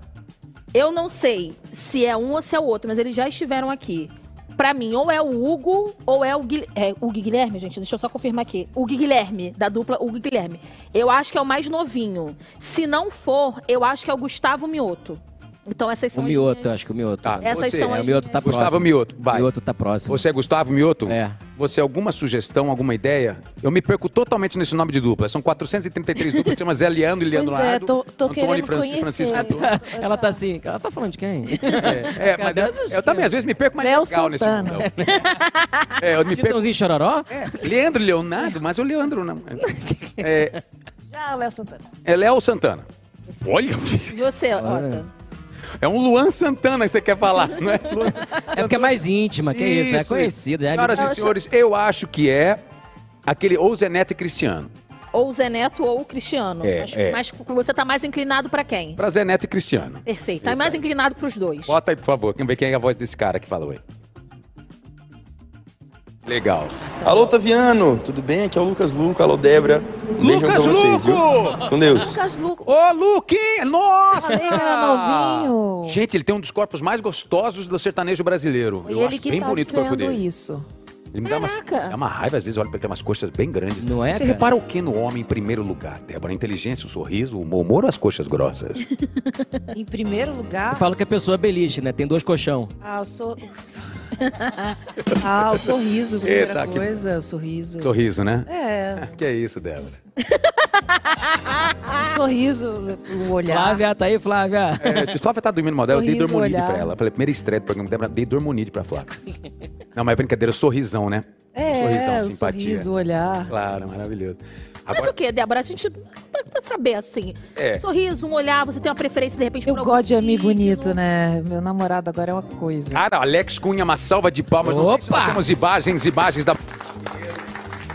Eu não sei se é um ou se é o outro, mas eles já estiveram aqui. Pra mim, ou é o Hugo, ou é o Guilherme. É, o Guilherme, gente, deixa eu só confirmar aqui. O Guilherme, da dupla Hugo e Guilherme. Eu acho que é o mais novinho. Se não for, eu acho que é o Gustavo Mioto. Então essas O são as Mioto, minhas- acho que o Mioto. Tá, Essas você. são É, as o Mioto tá minhas- Gustavo próximo. Mioto, vai. Mioto tá próximo. Você é Gustavo Mioto? É. Você, alguma sugestão, alguma ideia? Eu me perco totalmente nesse nome de dupla. São 433 duplas, chama Zé Leandro e Leandro Pois é, Lardo, tô- tô Antônio querendo e Francisco, e Francisco conhecer. Antônio. Ela tá assim, ela tá falando de quem? É, é, mas eu, Cadê os- eu também às vezes me perco, mas é Léo legal nesse Santana. nome. É, eu me perco. Titãozinho Chororó? É, Leandro e Leonardo, mas o Leandro não. É, Já, Léo Santana. é Léo Santana. Olha, E Você, Ota. é um Luan Santana que você quer falar, não é? Luan Santana. É porque é mais íntima, que isso, é conhecido. É Senhoras e senhores, eu acho que é aquele ou Zé Neto e Cristiano. Ou o Zé Neto ou o Cristiano. É, mas, é. mas você tá mais inclinado pra quem? Pra Zé Neto e Cristiano. Perfeito. Tá mais inclinado pros dois. Bota aí, por favor. Vamos ver quem é a voz desse cara que falou aí. Legal. Alô, Taviano, tudo bem? Aqui é o Lucas Luco, alô, Débora. Um beijão pra Lucas vocês, viu? Luco! Com Deus. Lucas Luco. Ô, Luque! Nossa! Falei que era novinho. Gente, ele tem um dos corpos mais gostosos do sertanejo brasileiro. E Eu ele acho que bem tá bonito o corpo dizendo dele. isso. Ele me dá uma, Caraca. dá uma raiva, às vezes, olha pra ele ter umas coxas bem grandes. Não é, Você cara? repara o que no homem em primeiro lugar, Débora? A inteligência, o sorriso, o bom humor ou as coxas grossas? Em primeiro Eu lugar, falo que a pessoa é beliche, né? Tem dois colchão. ah, o, sor- ah, o sorriso, primeira Eita, que- coisa, o sorriso. sorriso, né? É, Que é isso, Débora? o sorriso, o olhar. Flávia, tá aí, Flávia? É, se Flávia tá dormindo mal dela, eu dei Sorriso, dormonide olhar. pra ela. Falei, primeira estreia do programa Débora, dei dormonide pra Flávia. Não, mas é brincadeira, sorrisão, né? É, sorrisão, o simpatia. sorriso, o olhar. Claro, maravilhoso. Mas Agora, o que, Débora? A gente pra, pra saber, assim. É. Sorriso, um olhar, você tem uma preferência de repente Eu por algum gosto de amigo signo. bonito, né? Meu namorado agora é uma coisa. cara, Alex Cunha, uma salva de palmas. Não sei se nós Opa! temos imagens, imagens da...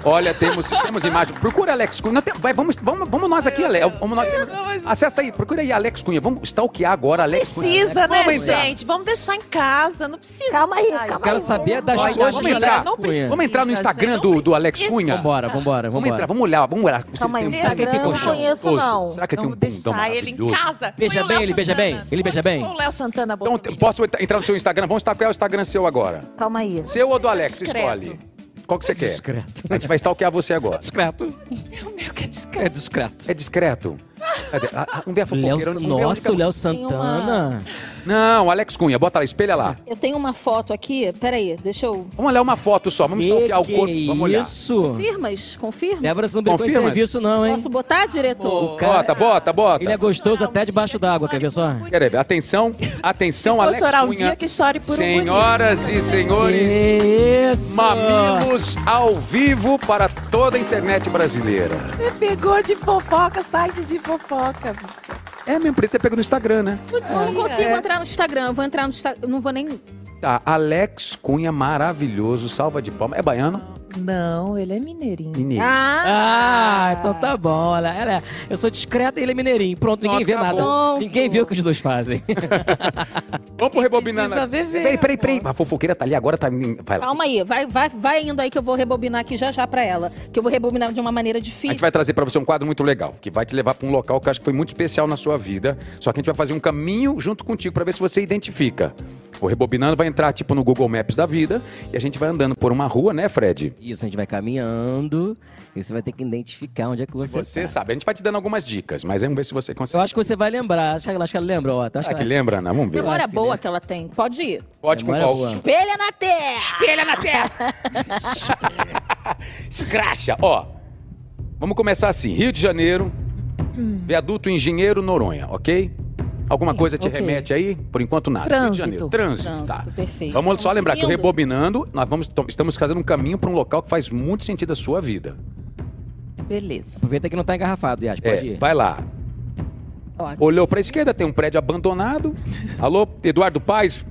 Olha, temos, temos imagens. Procura Alex Cunha. Não, tem- vai, vamos, vamos, vamos nós aqui, Alex. Vamos nós. temos- Acessa aí, procura aí Alex Cunha. Vamos stalkear agora Alex Cunha. Precisa, né, Vamos entrar. gente? Vamos deixar em casa, não precisa. Calma aí, Ai, calma Eu quero aí. saber das Olha, coisas vamos de entrar. Alex Não Cunha. Vamos entrar no Precisa, Instagram gente, do, não do Alex precisa. Cunha? Vambora, vambora, Vamos entrar, vambora. vamos olhar, vamos olhar. se Calma ele aí, tem- um Instagram se ele tem eu não colchão conheço, gostoso. não. é Será que ele tem um Vamos bundão deixar ele em maravilhoso? casa. Beija Põe o bem, Léo ele beija Santana. bem? Ele beija Põe bem? O Léo Santana Então, Bolsonaro. te- posso entra- entrar no seu Instagram? Vamos stalkear o Instagram seu agora. Calma aí. Seu ou do Alex? É Discreto. Escolhe. Qual que você quer? É Discreto. A gente vai stalkear você agora. Discreto. O meu que é É discreto. discreto. É discreto? Cadê? Ah, ah, Não vê a Léo, fofoqueira. não é vê a nossa, o única- Léo Santana. tá. Não, Alex Cunha, bota lá, espelha É. lá. Eu tenho uma foto aqui, peraí, deixa eu. Vamos olhar uma foto só, vamos stalkear o Que é corpo, vamos olhar. Isso. Confirmas? Confirma? Débora, você não brincou Confirma? em serviço, não, hein? Posso botar, diretor? Bota, bota, bota. Ele é gostoso até debaixo d'água, quer ver só? Quer ver? Atenção, atenção, Vou Alex chorar um Cunha. dia que chore por um bonito. Senhoras e senhores, Isso! mamilos ao vivo para toda a internet brasileira. Você pegou de fofoca, site de fofoca. bicho. É mesmo, podia ter pego no Instagram, né? Eu não consigo É. entrar no Instagram, eu vou entrar no Instagram. Eu não vou nem. Tá, Alex Cunha, maravilhoso, salva de palmas. É baiano? Não, ele é mineirinho. Mineiro. Ah, então tá bom. Ela, ela- eu sou discreta e ele é mineirinho. Pronto, Pronto, ninguém vê acabou. nada. Ninguém vê o que os dois fazem. Vamos pro rebobinar. precisa na- beber, Peraí, peraí, peraí. A fofoqueira tá ali agora, tá. Vai lá. Calma aí, vai, vai, vai indo aí que eu vou rebobinar aqui já já pra ela. Que eu vou rebobinar de uma maneira A difícil. gente vai trazer pra você um quadro muito legal, que vai te levar pra um local que eu acho que foi muito especial na sua vida. Só que a gente vai fazer um caminho junto contigo pra ver se você identifica. O Rebobinando vai entrar, tipo, no Google Maps da vida e a gente vai andando por uma rua, né, Fred? Isso, a gente vai caminhando e você vai ter que identificar onde é que Se você, você tá. sabe. A gente vai te dando algumas dicas, mas vamos ver se você Eu consegue. acho que você vai lembrar. Acho que ela, acho que ela lembra, ó. Tá, acho Será que Ah, que ela- lembra? Não, vamos ver. Memória acho que né. boa ele- que ela tem. Pode ir. Pode com Memória qual? boa. Espelha na terra! Espelha na terra! Escracha, ó. Vamos começar assim. Rio de Janeiro, viaduto Engenheiro Noronha, ok? Alguma coisa te ok. remete aí? Por enquanto nada. Rio de Trânsito. Janeiro. Trânsito, tá. Trânsito, perfeito. Vamos só Vamos lembrar que o seguindo. Rebobinando, nós vamos, to- estamos fazendo um caminho para um local que faz muito sentido a sua vida. Beleza. Aproveita que não tá engarrafado, Yas. Pode É, ir. vai lá. Ó, Olhou para a esquerda, tem um prédio abandonado. Alô, Eduardo Paes?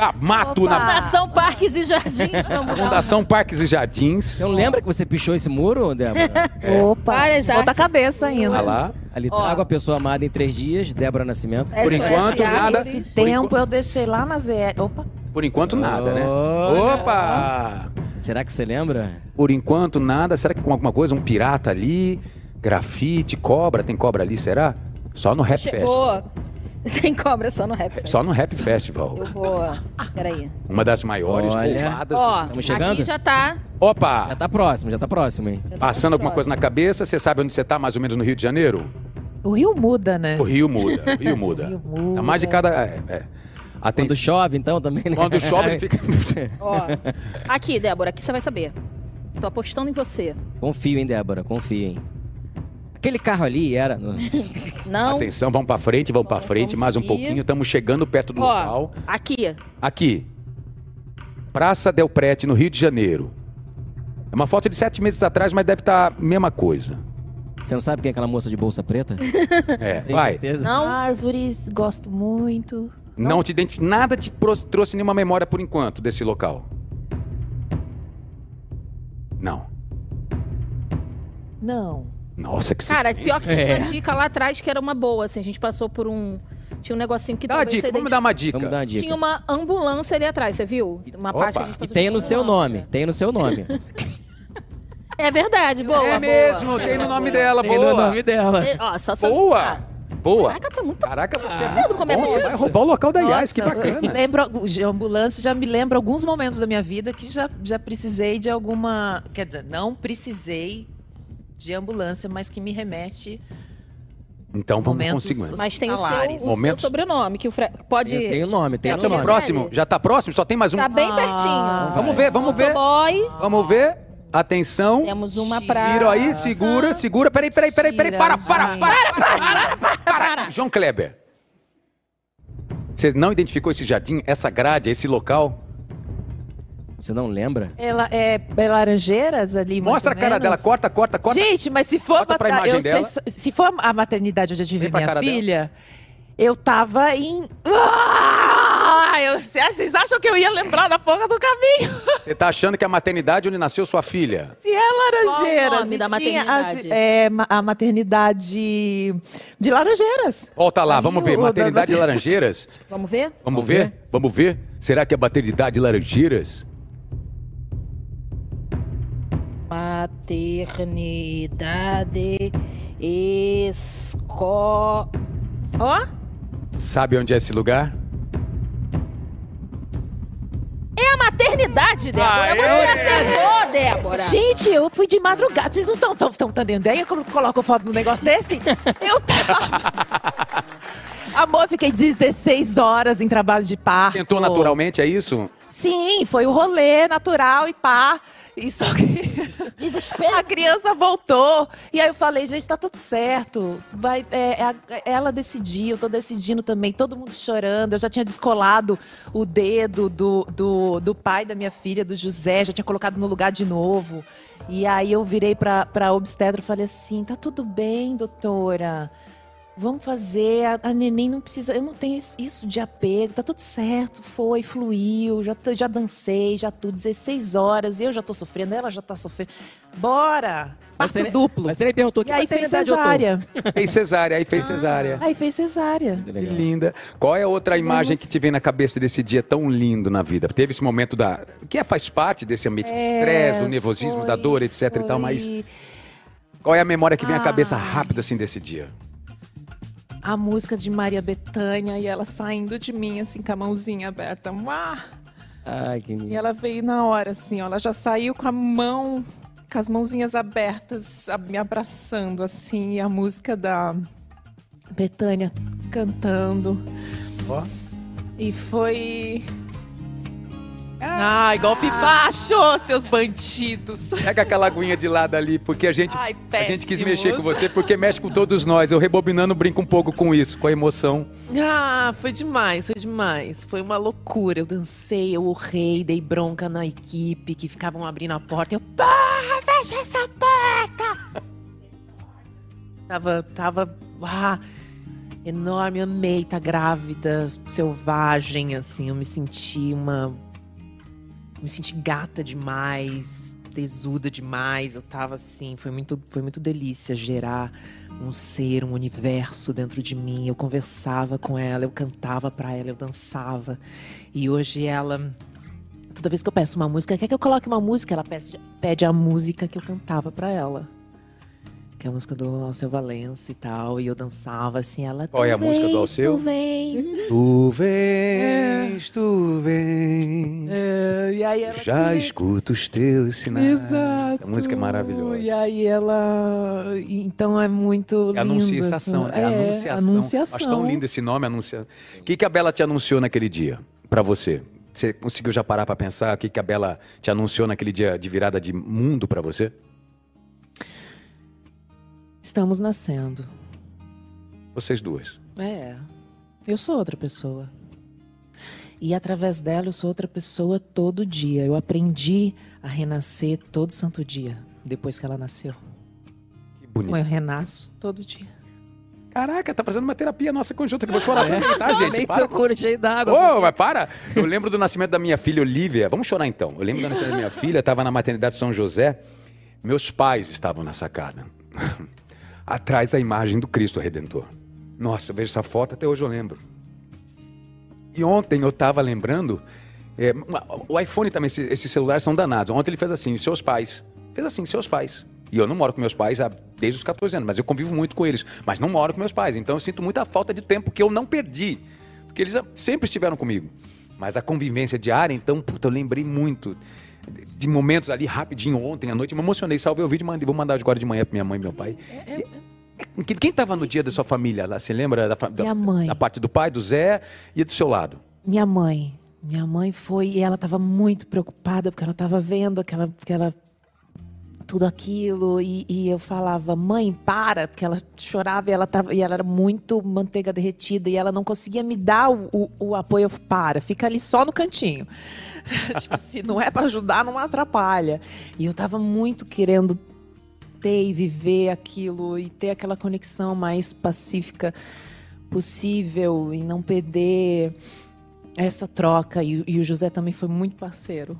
Ah, mato na Fundação Parques e Jardins. Vamos lá. Fundação Parques e Jardins. Você não lembra que você pichou esse muro, Débora? É. Opa, Várias volta a artes. cabeça ainda. Olha Tá lá. Ali Ó. trago a pessoa amada em três dias, Débora Nascimento. SOS Por enquanto, Árvores. nada. Esse Por enquanto- tempo eu deixei lá na ZL. Opa, Por enquanto, nada, né? Olha. Opa! Será que você lembra? Por enquanto, nada. Será que com alguma coisa? Um pirata ali? Grafite? Cobra? Tem cobra ali, será? Só no Rap Festival. Chegou. Tem cobra só no rap. Só no Rap Festival. Eu vou. Peraí. Uma das maiores Olha. roubadas. do- Ó, Estamos chegando? aqui já tá. Já Opa! tá próximo, já tá próximo, hein? Passando alguma coisa na cabeça, você sabe onde você tá, mais ou menos no Rio de Janeiro? o rio muda, né? O Rio muda, o Rio muda. Rio muda. A mais de cada... É, é. Quando Atenção. chove, então, também, né? Quando chove, ele fica... Ó. Aqui, Débora, aqui você vai saber. Tô apostando em você. Confio, hein, Débora? Confio, hein? Aquele carro ali era... Não. Atenção, vamos pra frente, vamos pra Vamos frente, mais um seguir. pouquinho. Estamos chegando perto do Ó, local. aqui. Aqui. Praça Del Prete, no Rio de Janeiro. É uma foto de sete meses atrás, mas deve estar a mesma coisa. Você não sabe quem é aquela moça de bolsa preta? É, Tem vai. certeza? Não. Árvores, gosto muito. Não te identi- Nada te pro- trouxe nenhuma memória por enquanto desse local. Não. Não. Nossa, que Cara, suspense. pior que tinha É. uma dica lá atrás que era uma boa, assim. A gente passou por um. Tinha um negocinho que Dá uma talvez dica, você vamos dar uma dica. Vamos dar uma identifique. Tinha dica. uma ambulância ali atrás, você viu? Uma Opa. parte que a gente E passou tem de no seu ambulância. nome, tem no seu nome. É verdade, boa. é boa. mesmo, tem no nome dela, tem boa. no nome dela. Você- Ó, só se- Boa! Ah, Boa! Caraca, tu é muito Caraca, você é Tá muito vendo como é né? bom, você bom vai isso? roubar o local da Yas, Nossa, que eu bacana. Lembro, a ambulância já me lembra alguns momentos da minha vida que já, já precisei de alguma. Quer dizer, não precisei de ambulância, mas que me remete. Então vamos Momentos conseguir. Mas tem o seu, Talares. o seu Momentos. sobrenome, que o Fre... pode. Tem, tem o nome, tem É, Já o Então, estamos nome. pro- próximo? Já tá próximo? Só tem mais um. Tá bem Ah, pertinho. Vamos ver, vamos ver. Motoboy, Vamos ver. Atenção. temos uma Tira pra. Tiro aí, segura, segura. Peraí, peraí, peraí, peraí. Para, Tira, para, gente. para, para, para, para, para. João Kleber. Você não identificou esse jardim, essa grade, esse local? Você não lembra? Ela é, é Laranjeiras ali? mais Mostra a ou cara menos? dela, corta, corta, corta. Gente, mas se for Corta pra matar- imagem eu sei dela. se- se for a maternidade onde eu tive Vem pra minha cara dela. filha, eu tava em. Ah, eu- vocês acham que eu ia lembrar da porra do caminho? Você tá achando que é a maternidade onde nasceu sua filha? Se é Laranjeiras. Qual o nome e da tinha maternidade? A, é, ma- a maternidade de Laranjeiras. Volta lá, vamos ver. Ih, o- Maternidade da- Laranjeiras. Vamos ver? Vamos ver? Vamos ver? Será que é maternidade Laranjeiras? Maternidade esco... Ó, Sabe onde é esse lugar? é a maternidade, Débora. Ah, Você eu acertou, Débora. Gente, eu fui de madrugada. Vocês não estão tendo ideia como colocam foto num negócio desse? Eu tava. Amor, fiquei 16 horas em trabalho de parto. Tentou naturalmente, é isso? Sim, foi o rolê natural e pá. E só que a Desespero. criança voltou. E aí eu falei, gente, tá tudo certo. Vai, é, é a- ela decidiu, eu tô decidindo também. Todo mundo chorando. Eu já tinha descolado o dedo do, do, do pai da minha filha, do José. Já tinha colocado no lugar de novo. E aí eu virei pra, pra obstetra e falei assim, tá tudo bem, doutora. Vamos fazer, a, a neném não precisa, eu não tenho isso- isso de apego, tá tudo certo, foi, fluiu, já, t- já dancei, já tudo, 16 horas, eu já tô sofrendo, ela já tá sofrendo. Bora! Mas Parto você- duplo. Mas você nem perguntou que E aí fez maternidade eu tô. cesárea. Fez cesárea, aí fez cesárea. Aí fez cesárea. Que linda. Qual é a outra imagem Vamos. que te vem na cabeça desse dia tão lindo na vida? Teve esse momento da. que é- faz parte desse ambiente de estresse, É, do nervosismo, da É, foi- dor, etc e tal, mas foi qual é a memória que vem à Ah. cabeça rápido assim desse dia? A música de Maria Bethânia e ela saindo de mim, assim, com a mãozinha aberta. Uá! Ai, que E lindo. ela veio na hora, assim, ó. Ela já saiu com a mão, com as mãozinhas abertas, a- me abraçando, assim. E a música da Betânia cantando. Ó. E foi... Ai, golpe baixo, seus bandidos. Pega aquela aguinha de lado ali, porque a gente. Ai, A péssimos. gente quis mexer com você porque mexe com todos nós. Eu rebobinando brinco um pouco com isso, com a emoção. Ah, foi demais, foi demais. Foi uma loucura. Eu dancei, eu urrei, dei bronca na equipe que ficavam abrindo a porta. Eu, porra, fecha essa porta! Tava, tava, ah, enorme, amei, tá grávida, selvagem, assim. Eu me senti uma. Me senti gata demais, tesuda demais. Eu tava assim, foi muito, foi muito delícia gerar um ser, um universo dentro de mim. Eu conversava com ela, eu cantava pra ela, eu dançava. E hoje ela, toda vez que eu peço uma música, quer que eu coloque uma música, ela pede, pede a música que eu cantava pra ela. Que é a música do Alceu Valença e tal, e eu dançava assim, ela Qual é a "Tu música do vens, Alceu?" Uhum. Tu Tu vens. vens, tu vens. É, e aí ela... Já escuto os teus sinais. né? Essa música é maravilhosa. E aí ela... Então é muito lindo. É Anunciação, assim. é, anunciação. anunciação. Acho tão lindo esse nome, anunciação. O que, que a Bela te anunciou naquele dia, pra você? Você conseguiu já parar pra pensar o que, que a Bela te anunciou naquele dia de virada de mundo pra você? Estamos nascendo. Vocês duas. É. Eu sou outra pessoa. E através dela eu sou outra pessoa todo dia. Eu aprendi a renascer todo santo dia, depois que ela nasceu. Que Então bonito. eu renasço todo dia. Caraca, tá fazendo uma terapia nossa conjunta, que eu vou chorar É. também, tá, gente? Leite Para. o couro cheio d'água. Ô, mas para! Eu lembro do nascimento da minha filha Olivia. Vamos chorar então. Eu lembro do nascimento da minha filha, estava na maternidade de São José. Meus pais estavam na sacada. Atrás da imagem do Cristo Redentor. Nossa, eu vejo essa foto, até hoje eu lembro. E ontem eu estava lembrando. é, ma- o iPhone também, esse- esses celulares são danados. Ontem ele fez assim, seus pais. Fez assim, seus pais. E eu não moro com meus pais há, desde os 14 anos, mas eu convivo muito com eles. Mas não moro com meus pais, então eu sinto muita falta de tempo que eu não perdi. Porque eles ah, sempre estiveram comigo. Mas a convivência diária, então, puta, eu lembrei muito de momentos ali rapidinho ontem à noite. Eu me emocionei, salvei o vídeo, mandei, vou mandar agora de manhã pra minha mãe e meu pai. É, E- Quem estava no dia da sua família lá? Você lembra da, fa- da- Minha mãe. da parte do pai, do Zé e do seu lado? Minha mãe. Minha mãe foi e ela estava muito preocupada porque ela estava vendo aquela, aquela tudo aquilo e, e eu falava mãe para porque ela chorava e ela tava e ela era muito manteiga derretida e ela não conseguia me dar o, o- o apoio eu falei, para fica ali só no cantinho tipo se não é para ajudar não atrapalha e eu tava muito querendo ter e viver aquilo e ter aquela conexão mais pacífica possível e não perder essa troca e, e o José também foi muito parceiro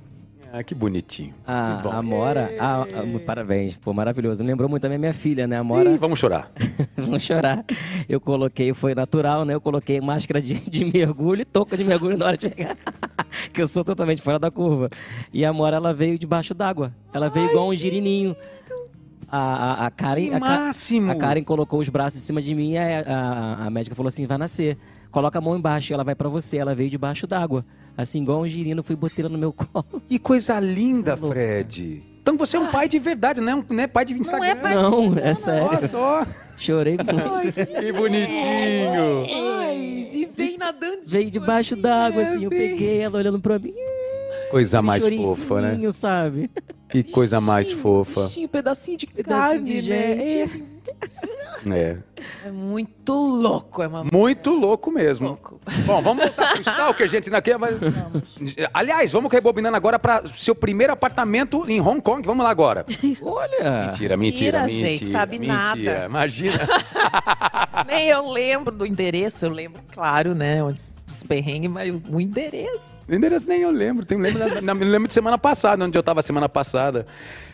Ah, que bonitinho. Que bom. Ah, A Amora. a- a- parabéns, pô, maravilhoso. Lembrou muito também a minha filha, né? A Ih, Amora. vamos chorar. Vamos chorar. Eu coloquei, foi natural, né? Eu coloquei máscara de, de mergulho e touca de mergulho na hora de pegar. que eu sou totalmente fora da curva. E a Amora, ela veio debaixo d'água. Ela veio igual um girininho. A, a, a Karen. Que a Ka- máximo! a Karen colocou os braços em cima de mim e a, a- a médica falou assim: vai nascer. Coloca a mão embaixo, ela vai pra você. Ela veio debaixo d'água. Assim, igual um girino, fui botei ela no meu colo. Que coisa linda, Coisa louca. Fred. Então você é um pai de verdade, não é, um, não é pai de Instagram. é pai- Não, é sério. Olha só. Chorei muito. Que bonitinho. Mas, e vem nadando Veio debaixo d'água, assim, eu peguei ela olhando pra mim. Coisa mais Chorinho fofa, né? fininho, sabe? Que coisa mais Bichinho, fofa. bichinho, pedacinho de Pedacinho Assim, de carne, gente. né? É, É. assim, É muito louco, é uma Muito louco mesmo. louco. Bom, vamos voltar pro Stalker, gente. Naquele, mas... Aliás, vamos rebobinando agora para seu primeiro apartamento em Hong Kong. Vamos lá agora. É. Olha! Mentira, mentira, mentira. Mentira, gente, sabe mentira. nada. Imagina. Nem eu lembro do endereço, eu lembro, claro, né? onde- Dos perrengues, mas o endereço. Endereço nem eu lembro. Tenho, lembro, da- na- me lembro de semana passada, onde eu estava semana passada.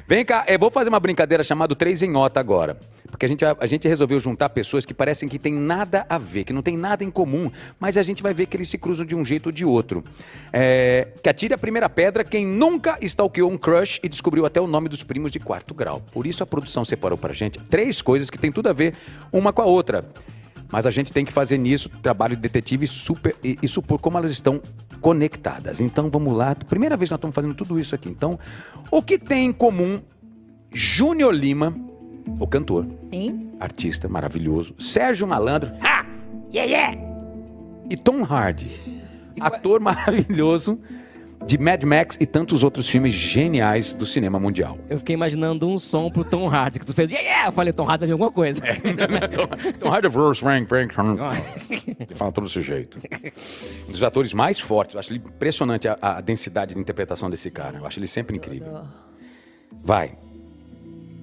Vem cá, eu vou fazer uma brincadeira chamada Três em Ota agora. Porque a gente, a, gente resolveu juntar pessoas que parecem que tem nada a ver, que não tem nada em comum, mas a gente vai ver que eles se cruzam de um jeito ou de outro. É, que atire a primeira pedra quem nunca stalkeou um crush e descobriu até o nome dos primos de quarto grau. Por isso a produção separou pra gente três coisas que tem tudo a ver uma com a outra. Mas a gente tem que fazer nisso trabalho de detetive super, e, e supor como elas estão conectadas. Então vamos lá. Primeira vez nós estamos fazendo tudo isso aqui. Então, o que tem em comum Júnior Lima, o cantor, Sim. artista maravilhoso, Sérgio Malandro, ha! Yeah, yeah! e Tom Hardy, ator maravilhoso de Mad Max e tantos outros filmes geniais do cinema mundial. Eu fiquei imaginando um som pro Tom Hardy, que tu fez, yeah, yeah! Eu falei, Tom Hardy vai vir alguma coisa. Tom Hardy versus Frank, Frank, Frank. Ele fala todo desse jeito. Um dos atores mais fortes. Eu acho ele impressionante a, a densidade de interpretação desse cara. Eu acho ele sempre incrível. Vai.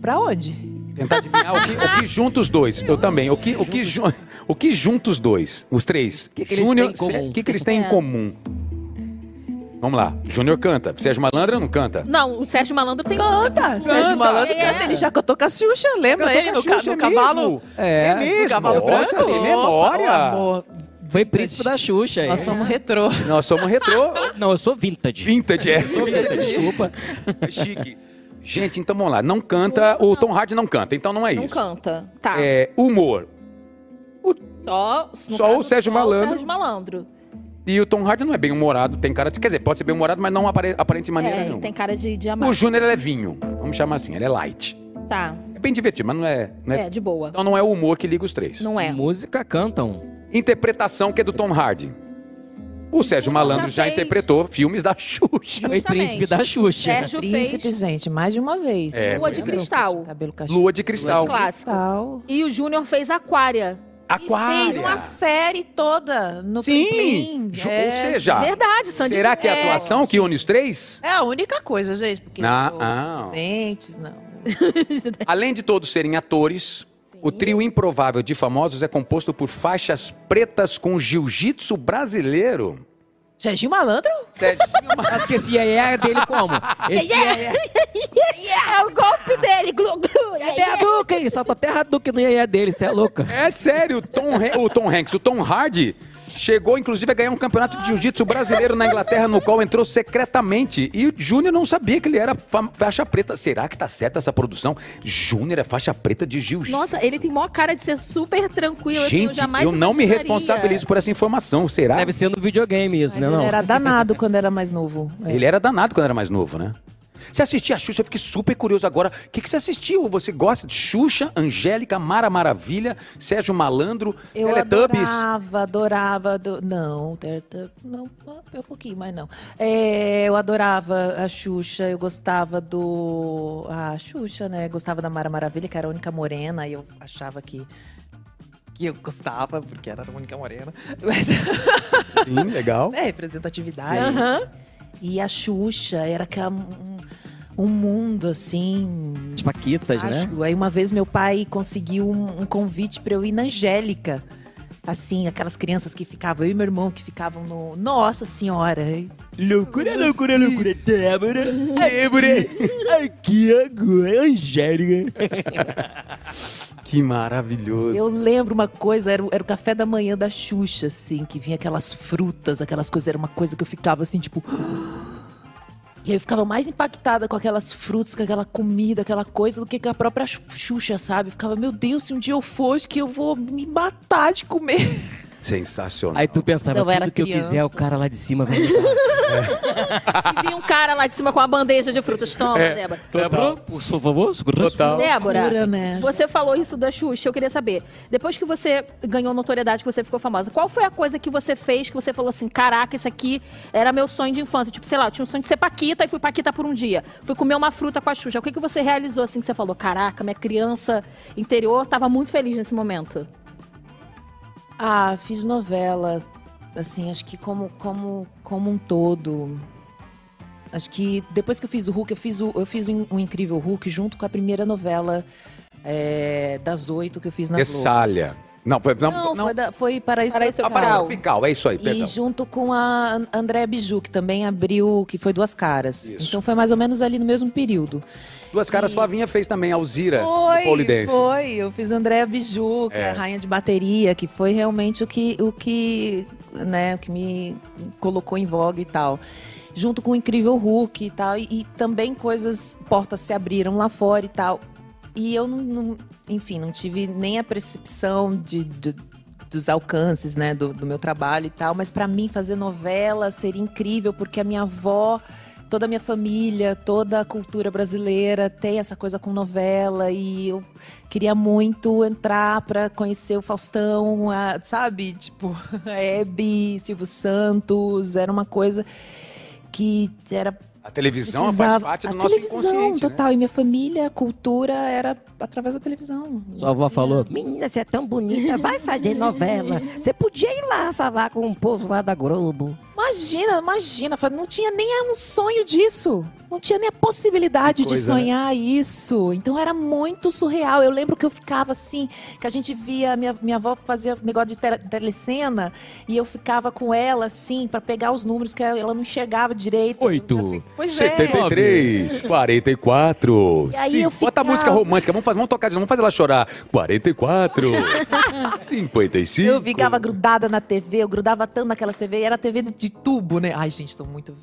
Pra onde? Tentar adivinhar o que, o que junta os dois. Eu também. O que, o que, ju- o que junta os dois? Os três. que eles Júnior, têm em comum? Sé- O que, que eles têm É. em comum? Vamos lá. Júnior canta. Sérgio Malandra não canta? Não, o Sérgio Malandro tem. Canta! Sérgio Malandro É. canta, ele já cantou com a Xuxa, lembra Canta ele com a no, ca- Xuxa, no é cavalo? mesmo? É, É mesmo? Cavalo Nossa, branco? que memória! Opa, um amor. foi príncipe da Xuxa. aí. Nós somos retrô. Nós somos retrô. Não, eu sou vintage. Vintage, é. Vintage. Desculpa. É Chique. Gente, então vamos lá. Não canta, o Tom Hardy não canta, então não é Não isso. canta. Tá. É, humor. Só, no Só o Sérgio Malandro. O Sérgio Malandro. E o Tom Hardy não é bem humorado, tem cara de. Quer dizer, pode ser bem humorado, mas não apare- aparente de maneira é, ele nenhuma. tem cara de, de O amar. Júnior é levinho, vamos chamar assim, ele é light. Tá. É bem divertido, mas não é. não é- É, de boa. Então não é o humor que liga os três. Não é. Música cantam. Interpretação que é do Tom Hardy. O Sérgio Júnior Malandro já, já fez. interpretou filmes da Xuxa. Foi Justamente. príncipe da Xuxa. É, Sérgio Príncipe, fez gente, mais de uma vez. É, Lua de Cabelo Cristal. cacho- Cabelo castanho. Lua de Cristal. Cristal. Clássico. Cristal. e o Júnior fez Aquária. Fez uma Aquária. série toda no Sim! Plim Plim. Ju- É, Ou seja, Verdade, Sandy. Ah, será que é a é, atuação que une os três? É a única coisa, gente, porque Ah, pô, ah. os dentes, não. Além de todos serem atores, o trio improvável de famosos é composto por faixas pretas com jiu-jitsu brasileiro. Serginho Malandro? Serginho Malandro. Mas que esse iaia é dele como? Esse iaia É o golpe dele. Glu, glu. é a Duque, hein? Solta terra Duque no iaia dele, você é louca. É sério, o Tom, Han- o Tom Hanks, o Tom Hardy chegou inclusive a ganhar um campeonato de jiu-jitsu brasileiro na Inglaterra, no qual entrou secretamente. E o Júnior não sabia que ele era fa- faixa preta. Será que tá certa essa produção? Júnior é faixa preta de jiu-jitsu. Nossa, ele tem maior cara de ser super tranquilo. assim, eu Gente, jamais eu não me imaginaria. responsabilizo por essa informação. Será? Deve ser no videogame isso, né? Tá. Ele Não. era danado quando era mais novo. É. Ele era danado quando era mais novo, né? Você assistia a Xuxa, eu fiquei super curioso agora. O que, que você assistiu? Você gosta de Xuxa, Angélica, Mara Maravilha, Sérgio Malandro, Eu Teletubbies? adorava, adorava. ado- Não, Teletub- não, é um pouquinho, mas não. É, eu adorava a Xuxa, eu gostava do. A Xuxa, né? Gostava da Mara Maravilha, que era a única morena, e eu achava que. Que eu gostava, porque era a única morena. Mas, Sim, legal. né, representatividade. Aham. E a Xuxa era aquela, um, um mundo, assim, As paquitas, né? Acho. Aí uma vez meu pai conseguiu um, um convite pra eu ir na Angélica. Assim, aquelas crianças que ficavam, eu e meu irmão que ficavam no. Nossa senhora! hein? Loucura, loucura, loucura. Débora, Débora. Aqui agora, Angélica. Que maravilhoso. Eu lembro uma coisa, era, o- era o café da manhã da Xuxa, assim, que vinha aquelas frutas, aquelas coisas, era uma coisa que eu ficava assim, tipo. E aí eu ficava mais impactada com aquelas frutas, com aquela comida, aquela coisa, do que com a própria Xuxa, sabe? Eu ficava, meu Deus, se um dia eu for, acho que eu vou me matar de comer. Sensacional. Aí tu pensava, Não, eu era tudo que eu criança. quiser, o cara lá de cima vai me dar. E vinha um cara lá de cima com uma bandeja de frutas. Toma, É, Débora. Lembrou? é Por favor, segura Total. Débora, Loucura, né? você falou isso da Xuxa, eu queria saber. Depois que você ganhou notoriedade, que você ficou famosa, qual foi a coisa que você fez que você falou assim, caraca, isso aqui era meu sonho de infância? Tipo, sei lá, eu tinha um sonho de ser paquita e fui paquita por um dia. Fui comer uma fruta com a Xuxa. O que, que você realizou assim que você falou, caraca, minha criança interior tava muito feliz nesse momento? Ah, fiz novela, assim, acho que como, como, como um todo. Acho que depois que eu fiz o Hulk, eu fiz o, eu fiz o, Incrível Hulk junto com a primeira novela é, das oito que eu tá fiz na Globo. Tessalha. Não, foi. Não, Não, não, Foi, da, foi Paraíso Paraíso Tropical. Apareceu tropical, é isso aí, E perdão. junto com a An- Andréa Biju, que também abriu, que foi Duas Caras. Isso. Então foi mais ou menos ali no mesmo período. Duas caras Flavinha fez também, Alzira, do É, Polidense. Foi, eu fiz Andréa Biju, que é. É. a rainha de bateria, que foi realmente o que, o que, né, o que me colocou em voga e tal. Junto com o Incrível Hulk e tal, e, e também coisas, portas se abriram lá fora e tal. E eu não, não- enfim, não tive nem a percepção de, de- dos alcances, né, do, do meu trabalho e tal, mas pra mim fazer novela seria incrível, porque a minha avó toda a minha família, toda a cultura brasileira tem essa coisa com novela e eu queria muito entrar pra conhecer o Faustão, a- sabe? Tipo, a Hebe, Silvio Santos, era uma coisa que era A televisão faz precisava- parte do a nosso televisão, inconsciente. né? total, e minha família, a cultura era através da televisão. Sua avó falou: Menina, você é tão bonita, vai fazer novela. Você podia ir lá falar com o povo lá da Globo. Imagina, imagina, fa- não tinha nem um sonho disso. Não tinha nem a possibilidade Que coisa, né? de sonhar isso. Então era muito surreal. Eu lembro que eu ficava assim, que a gente via, minha, minha avó fazia negócio de tele- telecena, e eu ficava com ela assim, pra pegar os números que ela não enxergava direito. Oito. Eu já fi- Pois é. 73, 44. E aí Sim, eu Bota a ficava- música romântica, vamos, fazer, vamos tocar de novo, vamos fazer ela chorar. 44, 55. Eu ficava grudada na TV, eu grudava tanto naquelas TV, e era TV de- de tubo, né? Ai, gente, tô muito.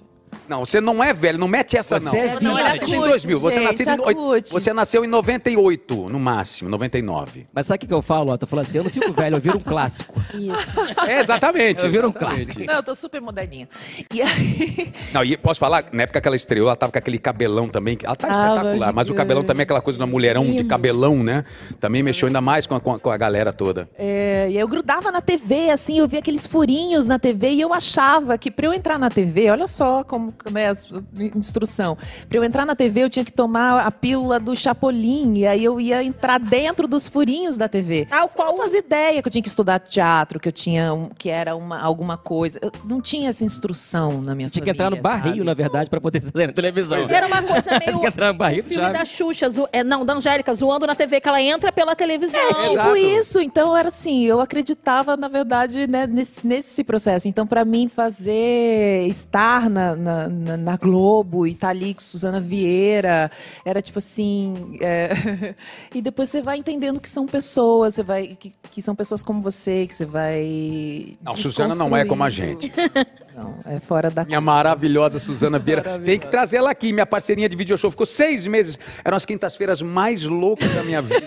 Não, você não é velho, não mete essa Você é não. Não, Você ela nasceu em curte, 2000, você, gente, nasceu em, ela oit- curte. você nasceu em 98, no máximo, 99. Mas sabe o que que eu falo? Ó, tô falando assim: eu não fico velho, eu viro um clássico. Isso. É, exatamente. Eu viro um exatamente. clássico. Não, eu tô super moderninha. E aí. Não, e posso falar, na época que ela estreou, ela tava com aquele cabelão também. que- Ela tá espetacular, mas o cabelão também é aquela coisa da mulherão de cabelão, né? Também mexeu ainda mais com a, com a- com a galera toda. É, e eu grudava na TV, assim, eu via aqueles furinhos na TV e eu achava que pra eu entrar na TV, olha só como deram né, as- instrução. Para eu entrar na TV, eu tinha que tomar a pílula do Chapolin, e aí eu ia entrar dentro dos furinhos da TV. Ah, o qual Eu não fazia ideia que eu tinha que estudar teatro, que eu tinha um- que era uma, alguma coisa. Eu não tinha essa instrução na minha Tinha que entrar no né? família, barril, sabe? é. na verdade, pra poder sair na televisão. Mas era uma coisa meio. Tinha que tá entrar no barril, o filme Thiago. da Xuxa, zo- é, não, da Angélica, zoando na TV, que ela entra pela televisão. É tipo Exato. isso. Então era assim, eu acreditava na verdade né, nesse, nesse processo. Então para mim fazer estar na, na, na- na Globo e estar ali com Suzana Vieira era tipo assim. é, e depois você vai entendendo que são pessoas, você vai que, que são pessoas como você, que você vai. Não, Suzana não é como a desconstruindo. gente. Não, é fora da Minha maravilhosa Suzana Vieira. Tem que trazer ela aqui, minha parceirinha de videoshow. Ficou seis meses. Eram as quintas-feiras mais loucas da minha vida.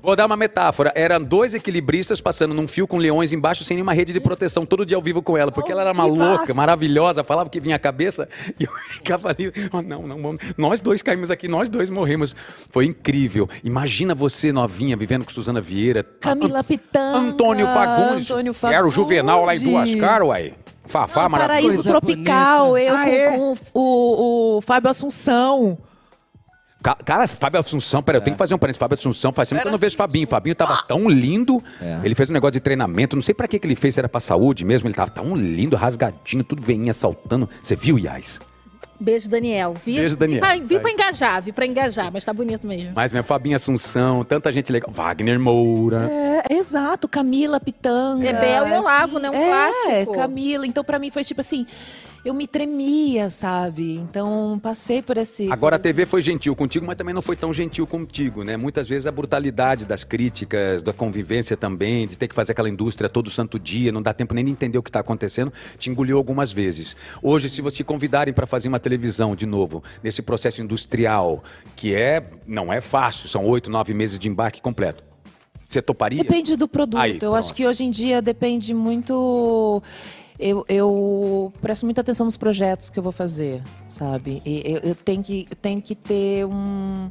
Vou dar uma metáfora. Eram dois equilibristas passando num fio com leões embaixo, sem nenhuma rede de proteção, todo dia ao vivo com ela. Porque ela era uma Oh, louca, maravilhosa, falava o que vinha à cabeça. E eu ficava ali, oh, não, não, vamos. nós dois caímos aqui, nós dois morremos. Foi incrível. Imagina você novinha, vivendo com Suzana Vieira. Camila Pitanga. Antônio Fagundes. Antônio Era o Juvenal lá em Duas Fagundes. Ah, Caras, uai. Fafá, maravilhoso. É um Paraíso Coisa Tropical, bonita. eu Ah, com, é? com o, o Fábio Assunção. Ca- Cara, Fábio Assunção, peraí, eu tenho que fazer um parênteses. Fábio Assunção, faz tempo que eu não vejo Fabinho. Fabinho tava tão lindo. É. Ele fez um negócio de treinamento, não sei pra que que ele fez, se era pra saúde mesmo. Ele tava tão lindo, rasgadinho, tudo veinha saltando. Você viu, Iás? Beijo, Daniel. Vi, Beijo, Daniel. Ah, vi Sai. pra engajar, vi pra engajar, mas tá bonito mesmo. Mas, meu, Fabinho Assunção, tanta gente legal. Wagner Moura. É, exato, Camila Pitanga. Bebel e Olavo, né? Um É, clássico. Camila. Então, pra mim, foi tipo assim, eu me tremia, sabe? Então, passei por esse... Agora a TV foi gentil contigo, mas também não foi tão gentil contigo, né? Muitas vezes a brutalidade das críticas, da convivência também, de ter que fazer aquela indústria todo santo dia, não dá tempo nem de entender o que está acontecendo, te engoliu algumas vezes. Hoje, se você te convidarem para fazer uma televisão de novo, nesse processo industrial, que é não é fácil, são oito, nove meses de embarque completo. Você toparia? Depende do produto. Aí, eu pronto. acho que hoje em dia depende muito... Eu, eu presto muita atenção nos projetos que eu vou fazer, sabe? E eu, eu tenho, que, eu tenho que ter um...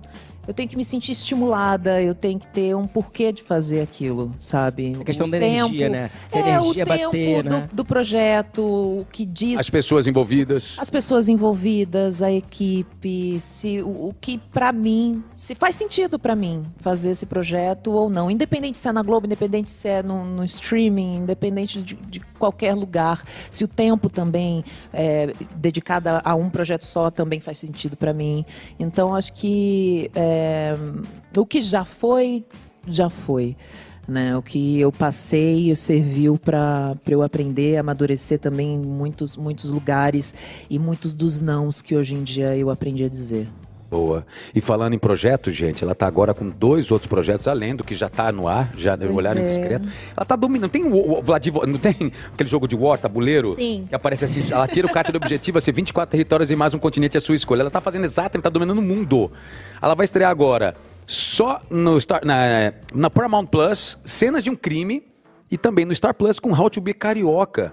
Eu tenho que me sentir estimulada, eu tenho que ter um porquê de fazer aquilo, sabe? A questão O da energia, tempo- né? Se a é, energia o tempo bater, do, né? do projeto, o que diz As pessoas envolvidas. as pessoas envolvidas, a equipe, se o, o que pra mim, se faz sentido pra mim fazer esse projeto ou não, independente se é na Globo, independente se é no, no streaming, independente de, de qualquer lugar, se o tempo também é, dedicado a, a um projeto só também faz sentido pra mim. Então acho que é, o que já foi, já foi. Né, o que eu passei serviu para eu aprender, amadurecer também em muitos, muitos lugares e muitos dos nãos que hoje em dia eu aprendi a dizer. Boa. E falando em projetos, gente, ela tá agora com dois outros projetos, além do que já tá no ar, já no olhar indiscreto. Ela tá dominando. Tem o, o Vladivo- não tem aquele jogo de War, tabuleiro? Sim. Que aparece assim, ela tira o cárter do objetivo, assim, 24 territórios e mais um continente é sua escolha. Ela tá fazendo exatamente, tá dominando o mundo. Ela vai estrear agora, só no Star, na, na Paramount Plus, cenas de um crime, e também no Star Plus com How to Be Carioca.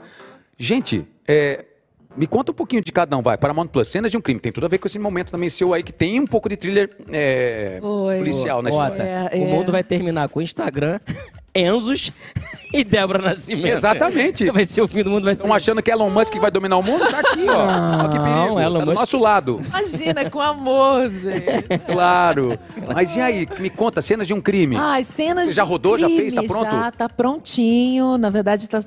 Gente, é, me conta um pouquinho de cada um, vai. Paramount Plus, cenas de um crime. Tem tudo a ver com esse momento também seu aí, que tem um pouco de thriller é, Oi. policial na história. Ota, é, O mundo vai terminar com Instagram, Enzos e Débora Nascimento. Exatamente. É Vai ser o fim do mundo, vai ser... Estão achando que Elon Musk que vai dominar o mundo? Tá aqui, ó. Ó que Não, perigo. Elon tá do Musk- nosso lado. Imagina, com amor, gente. Claro. Mas e aí? Me conta, cenas de um crime. Ai, cenas Você já de rodou? Já crime, fez? Tá pronto? Já tá prontinho. Na verdade, tá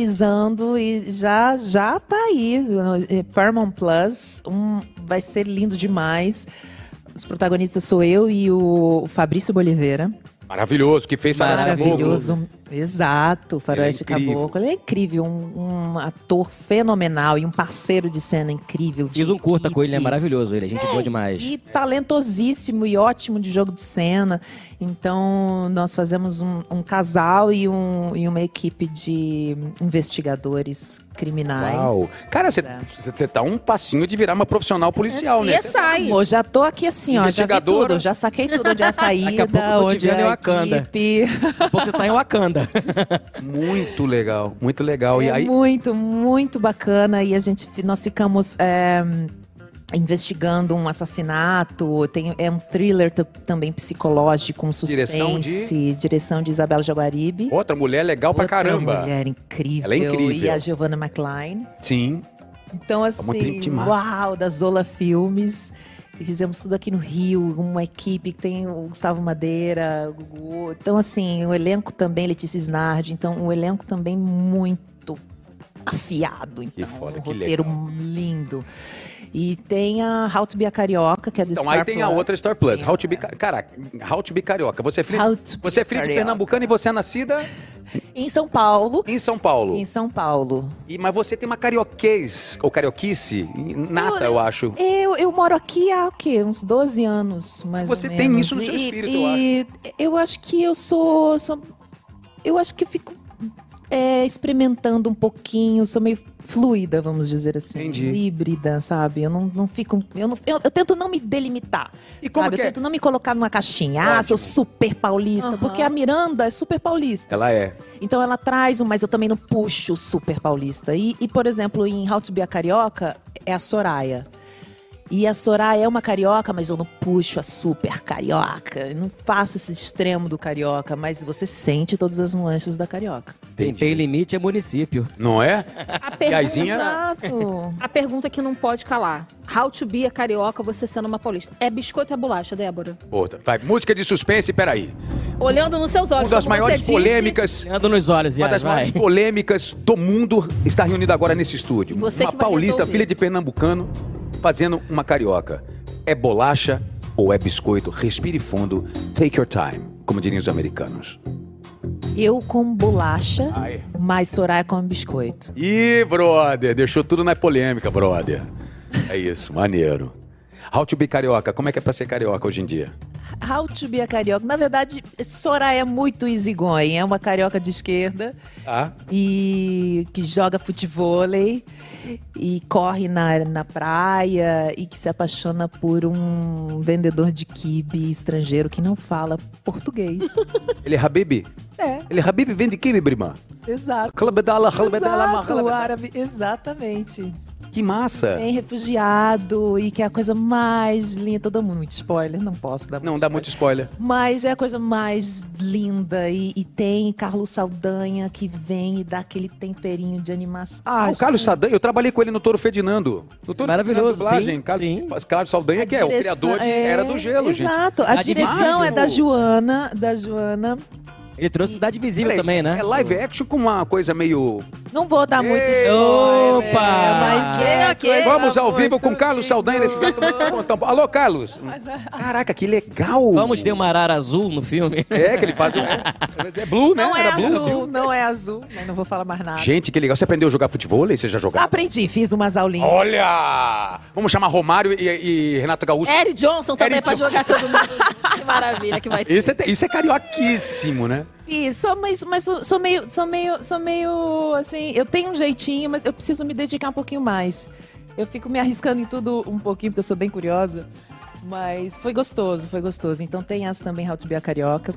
finalizando e já já tá aí. no- eh, Paramount Plus, um, vai ser lindo demais. Os protagonistas sou eu e o Fabrício Boliveira. Maravilhoso, que fez Faroeste Caboclo. Maravilhoso. Exato, Faroeste Ele é incrível. Caboclo. Ele é incrível, um, um ator fenomenal e um parceiro de cena incrível. de Fiz um curta com ele, é equipe. maravilhoso ele, a gente boa demais. E talentosíssimo e ótimo de jogo de cena. Então, nós fazemos um, um casal e, um- e uma equipe de investigadores criminais. Uau. Cara, É. você tá um passinho de virar uma profissional policial, né? É assim, sai. Amor, já tô aqui assim, ó. Já vi Investigadora. tudo, já saquei tudo onde é a Daqui a pouco eu saída, tô te onde vendo em é a Wakanda. equipe. Daqui a pouco você tá em Wakanda. Muito legal, muito legal. e assim. É aí, muito, muito bacana. E a gente, fi- nós ficamos é, investigando um assassinato. Tem, é um thriller t- também psicológico, um suspense. Direção de- direção de Isabela Jaguaribe. outra mulher legal pra Outra caramba. Mulher incrível. Ela é incrível. E a Giovanna McLean. Sim. Então, assim, tri- timaço. uau, da Zola Filmes. E fizemos tudo aqui no Rio, uma equipe que tem o Gustavo Madeira, o Gugu. Então, assim, o elenco também, Letícia Snard. Então, o elenco também muito afiado. Então, foda, um que roteiro legal. lindo. E tem a How to Be a Carioca, que é do Então, Star aí tem a Plus. outra Star Plus. Tem How a- to be, Ca- cara, How to be Carioca. Você é filho, How to be você é filho de Carioca. pernambucano e você é nascida Em São Paulo. em São Paulo. Em São Paulo. E, mas você tem uma carioquês, ou carioquice, nata, eu acho. Eu, eu moro aqui há o quê? Uns 12 anos, mais Você ou tem menos. isso no seu E- espírito, eu e eu acho que eu sou. sou- eu acho que eu fico é, experimentando um pouquinho, sou meio fluida, vamos dizer assim. Entendi. Híbrida, sabe? Eu não, não fico. Eu, não- eu- eu tento não me delimitar. E como sabe? que eu é? tento não me colocar numa caixinha. Ah, Ótimo. sou super paulista. Aham. Porque a Miranda é super paulista. Ela é. Então ela traz um, mas eu também não puxo o super paulista. E, e, por exemplo, em How to Be a Carioca, é a Soraya. E a Soraya é uma carioca, mas eu não puxo a super carioca. Eu Não faço esse extremo do carioca, mas você sente todas as nuances da carioca. Quem tem limite é município. Não é? A Yaizinha? pergunta, Exato. a pergunta que não pode calar. How to be a carioca, você sendo uma paulista. É biscoito ou é bolacha, Débora? Outra. Vai, música de suspense, peraí. Olhando nos seus olhos. Uma das como você maiores disse, polêmicas. Olhando nos olhos, Uma Yas, das vai. maiores polêmicas do mundo está reunida agora nesse estúdio. E você uma que vai paulista, resolver. filha de pernambucano, fazendo uma carioca. É bolacha ou é biscoito? Respire fundo, take your time, como diriam os americanos. Eu como bolacha, Aí. mas Soraya come biscoito. Ih, brother, deixou tudo na polêmica, brother. É isso, maneiro. How to be carioca, como é que é pra ser carioca hoje em dia? How to be a carioca. Na verdade, Soraya é muito easygoing. É uma carioca de esquerda. Ah, e que joga futevôlei e corre na, na praia e que se apaixona por um vendedor de quibe estrangeiro que não fala português. ele é Habib? é, Ele é Habib, vende que, Brima? exato. Clubedala, clubedala, Exato, o clubedala. árabe, exatamente. Que massa. É. Tem refugiado e que é a coisa mais linda. Todo mundo, muito spoiler, não posso dar Não, dá muito spoiler. Mas é a coisa mais linda. E, e tem Carlos Saldanha que vem e dá aquele temperinho de animação. Ah, o Carlos Saldanha, eu trabalhei com ele no Touro Ferdinando. No Touro Maravilhoso, Ferdinando dublagem, sim, Carlos, sim. Carlos Saldanha, que é o direção- criador de é, Era do Gelo, gente. Exato. A Tá direção demais, é da o- Joana, da Joana. Ele trouxe Cidade Visível Peraí, também, né? É live action com uma coisa meio. Não vou dar muito Ei, spoiler, opa! mas é Ok, ok. coisa Vamos ao muito vivo com Carlos Saldanha nesse exato momento. então. Alô, Carlos! Caraca, que legal! Vamos ter uma arara azul no filme? É, que ele faz. É, é Blue, né? Não é Era Blue, azul, viu? não é azul. Mas não vou falar mais nada. Gente, que legal. Você aprendeu a jogar futebol? Você já jogava? Aprendi, fiz umas aulinhas. Olha! Vamos chamar Romário e, e Renato Gaúcho. Eric Johnson também é Eric pra Johnson. jogar todo mundo. que maravilha que vai ser. Isso é, isso é carioquíssimo, né? Fiz, só, mas, mas sou, sou meio, sou meio, sou meio, assim, eu tenho um jeitinho, mas eu preciso me dedicar um pouquinho mais. Eu fico me arriscando em tudo um pouquinho, porque eu sou bem curiosa. Mas foi gostoso, foi gostoso. Então tem essa também, How to Be a Carioca.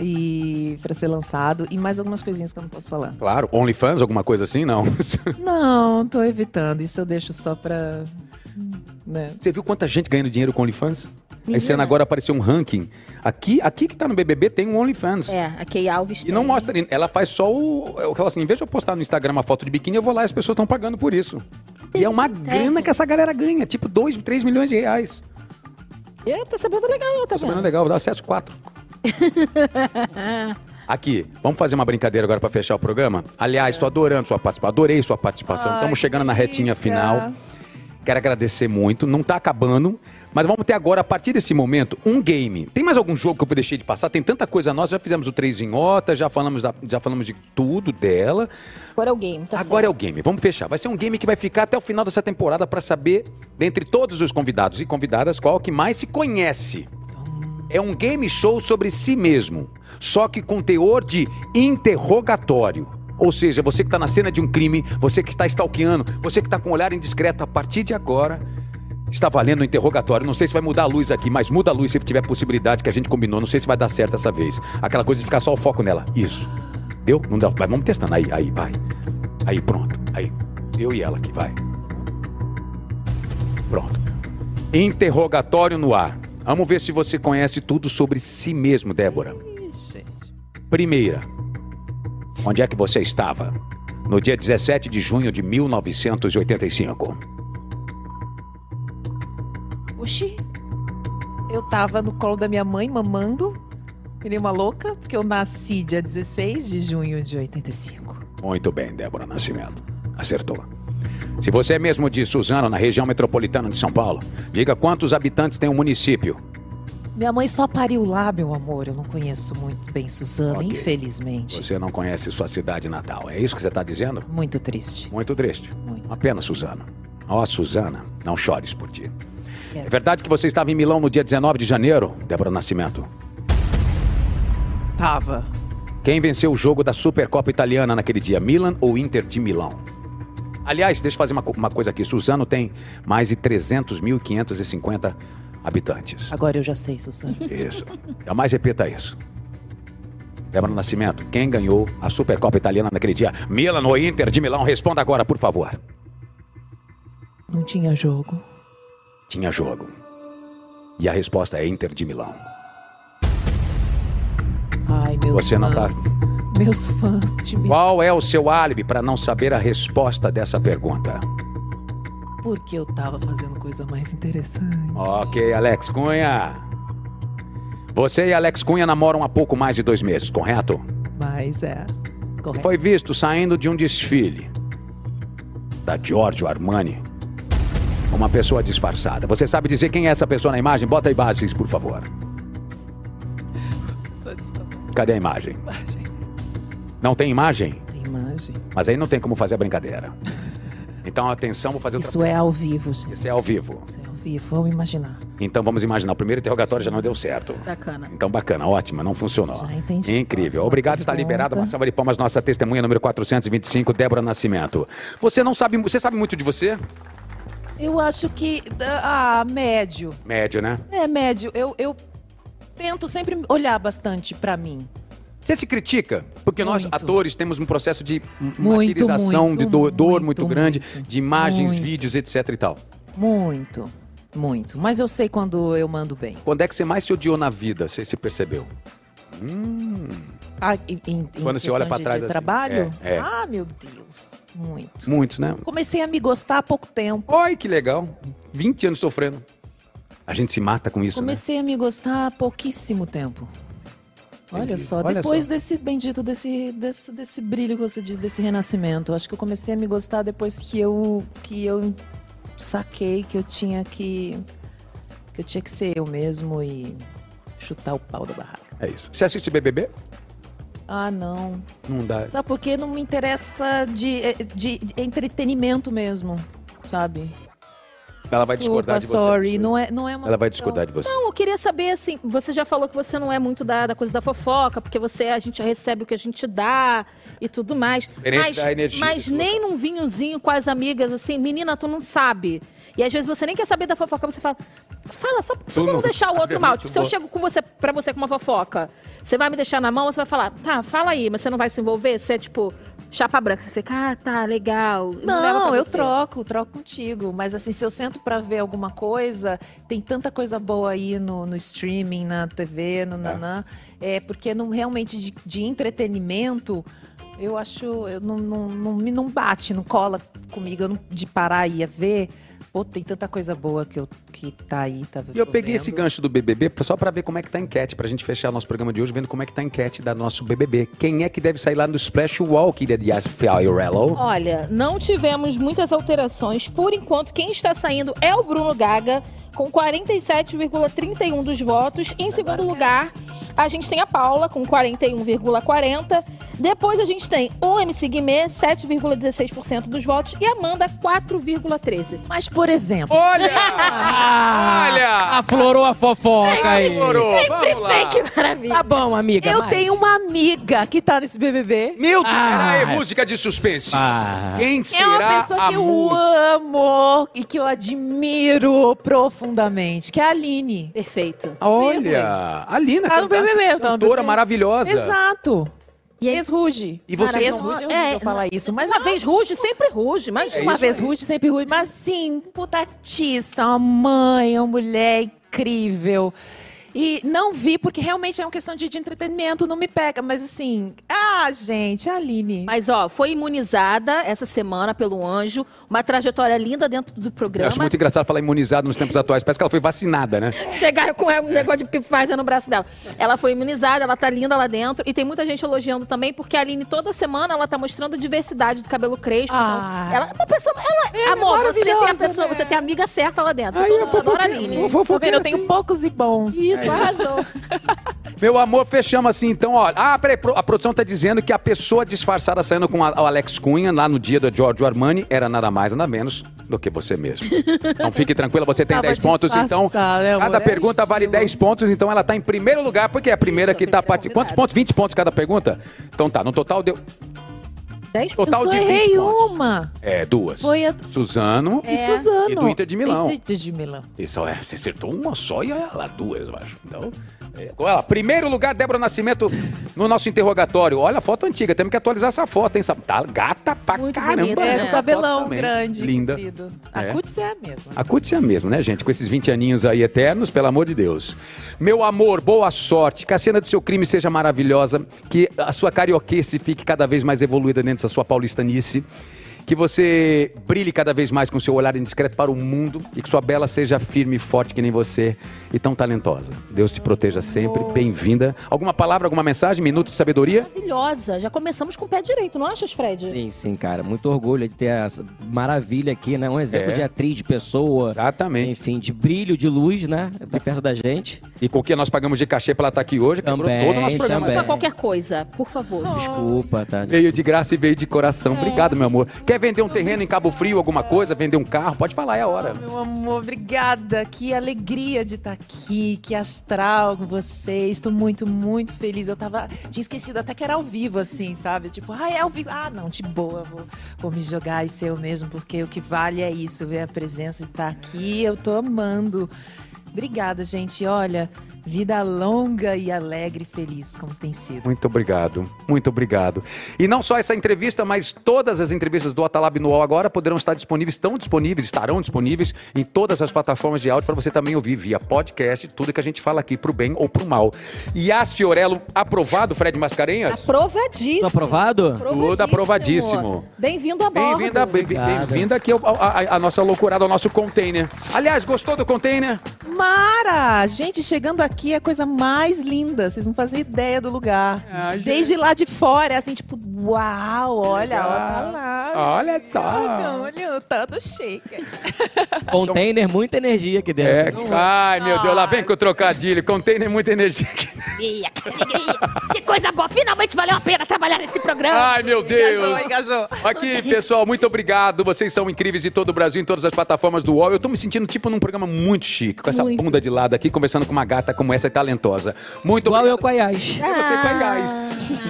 E pra ser lançado. E mais algumas coisinhas que eu não posso falar. Claro, OnlyFans, alguma coisa assim, não. Não, tô evitando. Isso eu deixo só pra. Né? Você viu quanta gente ganhando dinheiro com OnlyFans? Esse Menina. ano agora apareceu um ranking. Aqui, aqui que tá no BBB tem um OnlyFans. É, a Key Alves E não tem. mostra, ela faz só o. é o que ela assim, em vez de eu postar no Instagram uma foto de biquíni, eu vou lá e as pessoas estão pagando por isso. E é uma grana que essa galera ganha, tipo 2, 3 milhões de reais. Ih, tá sabendo legal, tá Tá sabendo vendo? legal, dá acesso 4. Aqui, vamos fazer uma brincadeira agora pra fechar o programa? Aliás, tô adorando sua participação, adorei sua participação. Ai, Estamos que chegando na retinha delícia. final. Quero agradecer muito, não tá acabando, mas vamos ter agora, a partir desse momento, um game. Tem mais algum jogo que eu deixei de passar? Tem tanta coisa nossa, já fizemos o Três em Ota, já falamos, da- já falamos de tudo dela. Agora é o game, tá Agora é o game, vamos fechar. Vai ser um game que vai ficar até o final dessa temporada pra saber, dentre todos os convidados e convidadas, qual que mais se conhece. É um game show sobre si mesmo, só que com teor de interrogatório. Ou seja, você que está na cena de um crime, você que está stalkeando, você que está com um olhar indiscreto, a partir de agora está valendo o interrogatório. Não sei se vai mudar a luz aqui, mas muda a luz se tiver possibilidade que a gente combinou. Não sei se vai dar certo dessa vez. Aquela coisa de ficar só o foco nela. Isso. Deu? Não dá. Mas vamos testando. Aí, aí, vai. Aí, pronto. Aí, eu e ela aqui, vai. Pronto. Interrogatório no ar. Vamos ver se você conhece tudo sobre si mesmo, Débora. Primeira. Onde é que você estava? no dia 17 de junho de 1985. Oxi. Eu tava no colo da minha mãe, mamando. Virei uma louca, porque eu nasci dia 16 de junho de 85. Muito bem, Débora Nascimento. Acertou. Se você é mesmo de Suzano, na região metropolitana de São Paulo, diga quantos habitantes tem o município. Minha mãe só pariu lá, meu amor. Eu não conheço muito bem Suzano, Ok. infelizmente. Você não conhece sua cidade natal, é isso que você está dizendo? Muito triste. Muito triste. Muito. Uma pena, Suzana. Ó, Suzana, não chores por ti. É verdade que você estava em Milão no dia 19 de janeiro, Débora Nascimento? Ah. Tava. Quem venceu o jogo da Supercopa Italiana naquele dia, Milan ou Inter de Milão? Aliás, deixa eu fazer uma, co- uma coisa aqui. Suzano tem mais de 300.550 habitantes. Agora eu já sei, Suzano. Isso. Jamais repita isso. Débora Nascimento, quem ganhou a Supercopa Italiana naquele dia? Milan ou Inter de Milão? Responda agora, por favor. Não tinha jogo. Tinha jogo. E a resposta é Inter de Milão. Ai, meus Você não tá- fãs. Meus fãs de mim. Qual é o seu álibi para não saber a resposta dessa pergunta? Porque eu tava fazendo coisa mais interessante. Ok, Alex Cunha. Você e Alex Cunha namoram há pouco mais de dois meses, correto? Mas é. E Correto. foi visto saindo de um desfile da Giorgio Armani. Uma pessoa disfarçada. Você sabe dizer quem é essa pessoa na imagem? Bota aí bases, por favor. Só desculpa. Cadê a imagem? Não tem imagem? Tem imagem. Mas aí não tem como fazer a brincadeira. Então, atenção, vou fazer outra Isso é ao vivo, gente. Isso é ao vivo. Isso é ao vivo. Vamos imaginar. Então vamos imaginar, o primeiro interrogatório já não deu certo. Bacana. Então bacana, ótima, não funcionou. Já entendi. Incrível. Próxima Obrigado, está pergunta. liberada. Uma salva de palmas, nossa testemunha número 425, Débora Nascimento. Você não sabe, você sabe muito de você? Eu acho que. Ah, médio. Médio, né? É, médio. Eu, eu tento sempre olhar bastante pra mim. Você se critica? Porque nós, Muito. atores, temos um processo de m- Muito, martirização, muito, de do- dor muito, muito, grande, muito. de imagens, Muito. vídeos, etc e tal. Muito. Muito. Mas eu sei quando eu mando bem. Quando é que você mais se odiou na vida? Você se percebeu? Hum, Ah, em- em- em Quando você olha questão pra de- trás de assim, trabalho? é, é. Ah, meu Deus. Muito. muitos, né? Comecei a me gostar há pouco tempo. Oi, que legal. 20 anos sofrendo. A gente se mata com isso, né? Comecei a me gostar há pouquíssimo tempo. Olha Entendi. só, Olha depois só. desse bendito, desse, desse, desse brilho que você diz, desse renascimento, acho que eu comecei a me gostar depois que eu, que eu saquei que eu tinha que, que eu tinha que ser eu mesmo e chutar o pau da barraca. É isso. Você assiste BBB? Ah, não. Não dá. Sabe por quê? Não me interessa de, eh, de, de entretenimento mesmo, sabe? Ela vai discordar Desculpa, de você. sorry. Sorry, Não é, não é uma Ela vai questão- discordar de você. Não, eu queria saber, assim, você já falou que você não é muito da, da coisa da fofoca, porque você, a gente recebe o que a gente dá e tudo mais. Diferente mas da energia mas do outro. nem num vinhozinho com as amigas, assim, menina, tu não sabe. E às vezes você nem quer saber da fofoca, você fala, fala só, só pra não não deixar o sabe, outro é mal. muito Tipo, se eu bom. chego com você, pra você com uma fofoca, você vai me deixar na mão, você vai falar, tá, fala aí, mas você não vai se envolver? Você é tipo, chapa branca, você fica, ah, tá, legal. e leva Não, pra eu você. troco, troco contigo. Mas assim, se eu sento pra ver alguma coisa, tem tanta coisa boa aí no, no streaming, na TV, no nanã. É porque não realmente de, de entretenimento, eu acho, eu não, não, não, me- não bate, não cola comigo, eu não- de parar e ir ver. Pô, tem tanta coisa boa que, eu, que tá aí, tá E eu tô peguei vendo. esse gancho do BBB só pra ver como é que tá a enquete, pra gente fechar nosso programa de hoje, vendo como é que tá a enquete da nosso BBB. Quem é que deve sair lá no Splash Wall, é querida Yas Fiorello? Olha, não tivemos muitas alterações. Por enquanto, quem está saindo é o Bruno Gaga, com 47,31 dos votos. Em segundo lugar, a gente tem a Paula, com 41,40. Depois a gente tem o MC Guimê, 7,16% dos votos. E a Amanda, 4,13%. Mas, por exemplo, Olha! Ah! Olha! Aflorou a fofoca Ah, aí. Demorou, vamos lá! Ai, que maravilha! Tá bom, amiga. eu mais. tenho um uma amiga que tá nesse BBB. Milton, Ah. peraí, música de suspense. Ah. Quem É uma será pessoa a que eu música? amo e que eu admiro profundamente, que é a Aline. Perfeito. Olha! A Lina, Tá no cantante, BBB, tá no cantora BBB. maravilhosa. Exato. E aí- Ex-Ruge. E você Cara, não- ex-Ruge, eu É, é, falar isso, mas Uma vez ruge, sempre ruge. Mas É uma isso vez aí. Ruge, sempre Ruge. Mas sim, puta artista, uma mãe, uma mulher incrível. E não vi, porque realmente é uma questão de, de entretenimento, não me pega. Mas assim, ah, gente, Aline. Mas, ó, foi imunizada essa semana pelo anjo. Uma trajetória linda dentro do Eu programa. acho muito engraçado falar imunizado nos tempos atuais. Parece que ela foi vacinada, né? Chegaram com um negócio de Pfizer no braço dela. Ela foi imunizada, ela tá linda lá dentro. E tem muita gente elogiando também, porque a Aline, toda semana, ela tá mostrando a diversidade do cabelo crespo. Ah. Então, ela é uma pessoa. Ela, amor, você tem, a maravilhosa, pessoa, né? você tem a amiga certa lá dentro. Ai, Todo eu mundo adora a fofoqueira, Aline. Tá vendo? Eu assim. tenho poucos e bons. Isso, arrasou. Meu amor, fechamos assim, então, ó. Ah, peraí, pro- a produção tá dizendo que a pessoa disfarçada saindo com a- o Alex Cunha lá no dia do Giorgio Armani era nada mais, nada menos do que você mesmo. Então fique tranquila, você tem Tava 10 pontos, então. disfarçada, né, amor? Cada É pergunta estilo. vale 10 pontos, então ela tá em primeiro lugar, porque é a primeira Isso, que a tá primeira participando. Quantos convidada. pontos? 20 pontos cada pergunta? Então tá, no total deu. Dez Eu Total só de 20 errei pontos. uma. É, duas. Foi a É. Suzano. de Suzano. E do Inter de Milão. E do Inter de Milão. Isso, é, você acertou uma só e ela duas, eu acho. Então, é, com ela. Primeiro lugar, Débora Nascimento no nosso interrogatório. Olha a foto antiga, temos que atualizar essa foto, hein? Sabe? Tá gata pra Muito caramba. bonita, né? né? É, Essa com Essa foto cabelão também. grande, Linda. comprido. A É. cutis é a mesma. A Cutícia mesmo, né, gente? Com esses 20 aninhos aí eternos, pelo amor de Deus. Meu amor, boa sorte. Que a cena do seu crime seja maravilhosa. Que a sua carioquice fique cada vez mais evoluída dentro da sua paulistanice. Que você brilhe cada vez mais com seu olhar indiscreto para o mundo e que sua bela seja firme e forte que nem você e tão talentosa. Deus te proteja sempre. Bem-vinda. Alguma palavra, alguma mensagem? Minuto de sabedoria? Maravilhosa. Já começamos com o pé direito, não achas, Fred? Sim, sim, cara. Muito orgulho de ter essa maravilha aqui, né? Um exemplo É. de atriz, de pessoa, Exatamente. enfim, de brilho, de luz, né? Tá perto da gente. E com o que nós pagamos de cachê para ela estar aqui hoje, quebrou Também, todo o nosso programa. Tá Pra também. qualquer coisa, por favor. Desculpa, tá? Veio de graça e veio de coração. Obrigado, meu amor. Quer vender um terreno em Cabo Frio, alguma coisa? Vender um carro? Pode falar, é a hora. Meu amor, obrigada. Que alegria de estar aqui, que astral com vocês. Estou muito, muito feliz. Eu tava tinha esquecido até que era ao vivo assim, sabe? Tipo, ah, é ao vivo. Ah, não, de boa, vou, vou me jogar e ser eu mesmo, porque o que vale é isso, ver a presença de estar aqui. Eu tô amando. Obrigada, gente. Olha, vida longa e alegre e feliz como tem sido. Muito obrigado, muito obrigado. E não só essa entrevista, mas todas as entrevistas do Atalab no UOL agora poderão estar disponíveis, estão disponíveis, estarão disponíveis em todas as plataformas de áudio para você também ouvir via podcast, tudo que a gente fala aqui, pro bem ou pro mal. E As Fiorello, aprovado, Fred Mascarenhas? Tá Aprovadíssimo. aprovado? Tudo aprovadíssimo. Bem-vindo a bordo. Bem-vinda bem Obrigado. bem-vinda aqui ao- ao- à à nossa loucurada, ao nosso container. Aliás, gostou do container? Mara! Gente, chegando aqui é a coisa mais linda. Vocês não fazem ideia do lugar. Ai, Desde lá de fora, é assim, tipo, uau, olha, ó, legal. tá Ah. lá. Olha Olha, só. olha, tá no shake. Container, muita energia aqui dentro. É, ai meu Deus, lá vem com o trocadilho. Container muita energia. Alegria, que alegria. Que coisa boa. Finalmente valeu a pena trabalhar nesse programa. Ai meu Deus. Engajou. Aqui, pessoal, muito obrigado. Vocês são incríveis de todo o Brasil, em todas as plataformas do UOL. Eu tô me sentindo tipo num programa muito chique, com essa bunda de lado aqui, conversando com uma gata como essa talentosa. Muito Igual eu obrigado. com a Yas. E você com a Gás.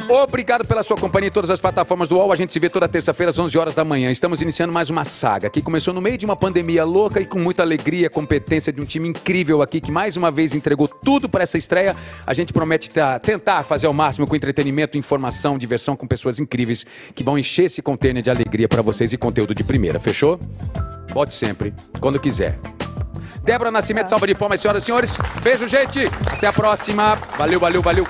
Obrigado pela sua companhia em todas as plataformas do UOL. A gente se vê toda terça-feira às 11 horas da manhã. Estamos iniciando mais uma saga que começou no meio de uma pandemia louca e com muita alegria, competência de um time incrível aqui que mais uma vez entregou tudo para essa estreia. A gente promete ta- tentar fazer o máximo com entretenimento, informação, diversão com pessoas incríveis que vão encher esse container de alegria para vocês e conteúdo de primeira. Fechou? Pode sempre, quando quiser. Débora Nascimento, salva de palmas, senhoras e senhores. Beijo, gente. Até a próxima. Valeu, valeu, valeu.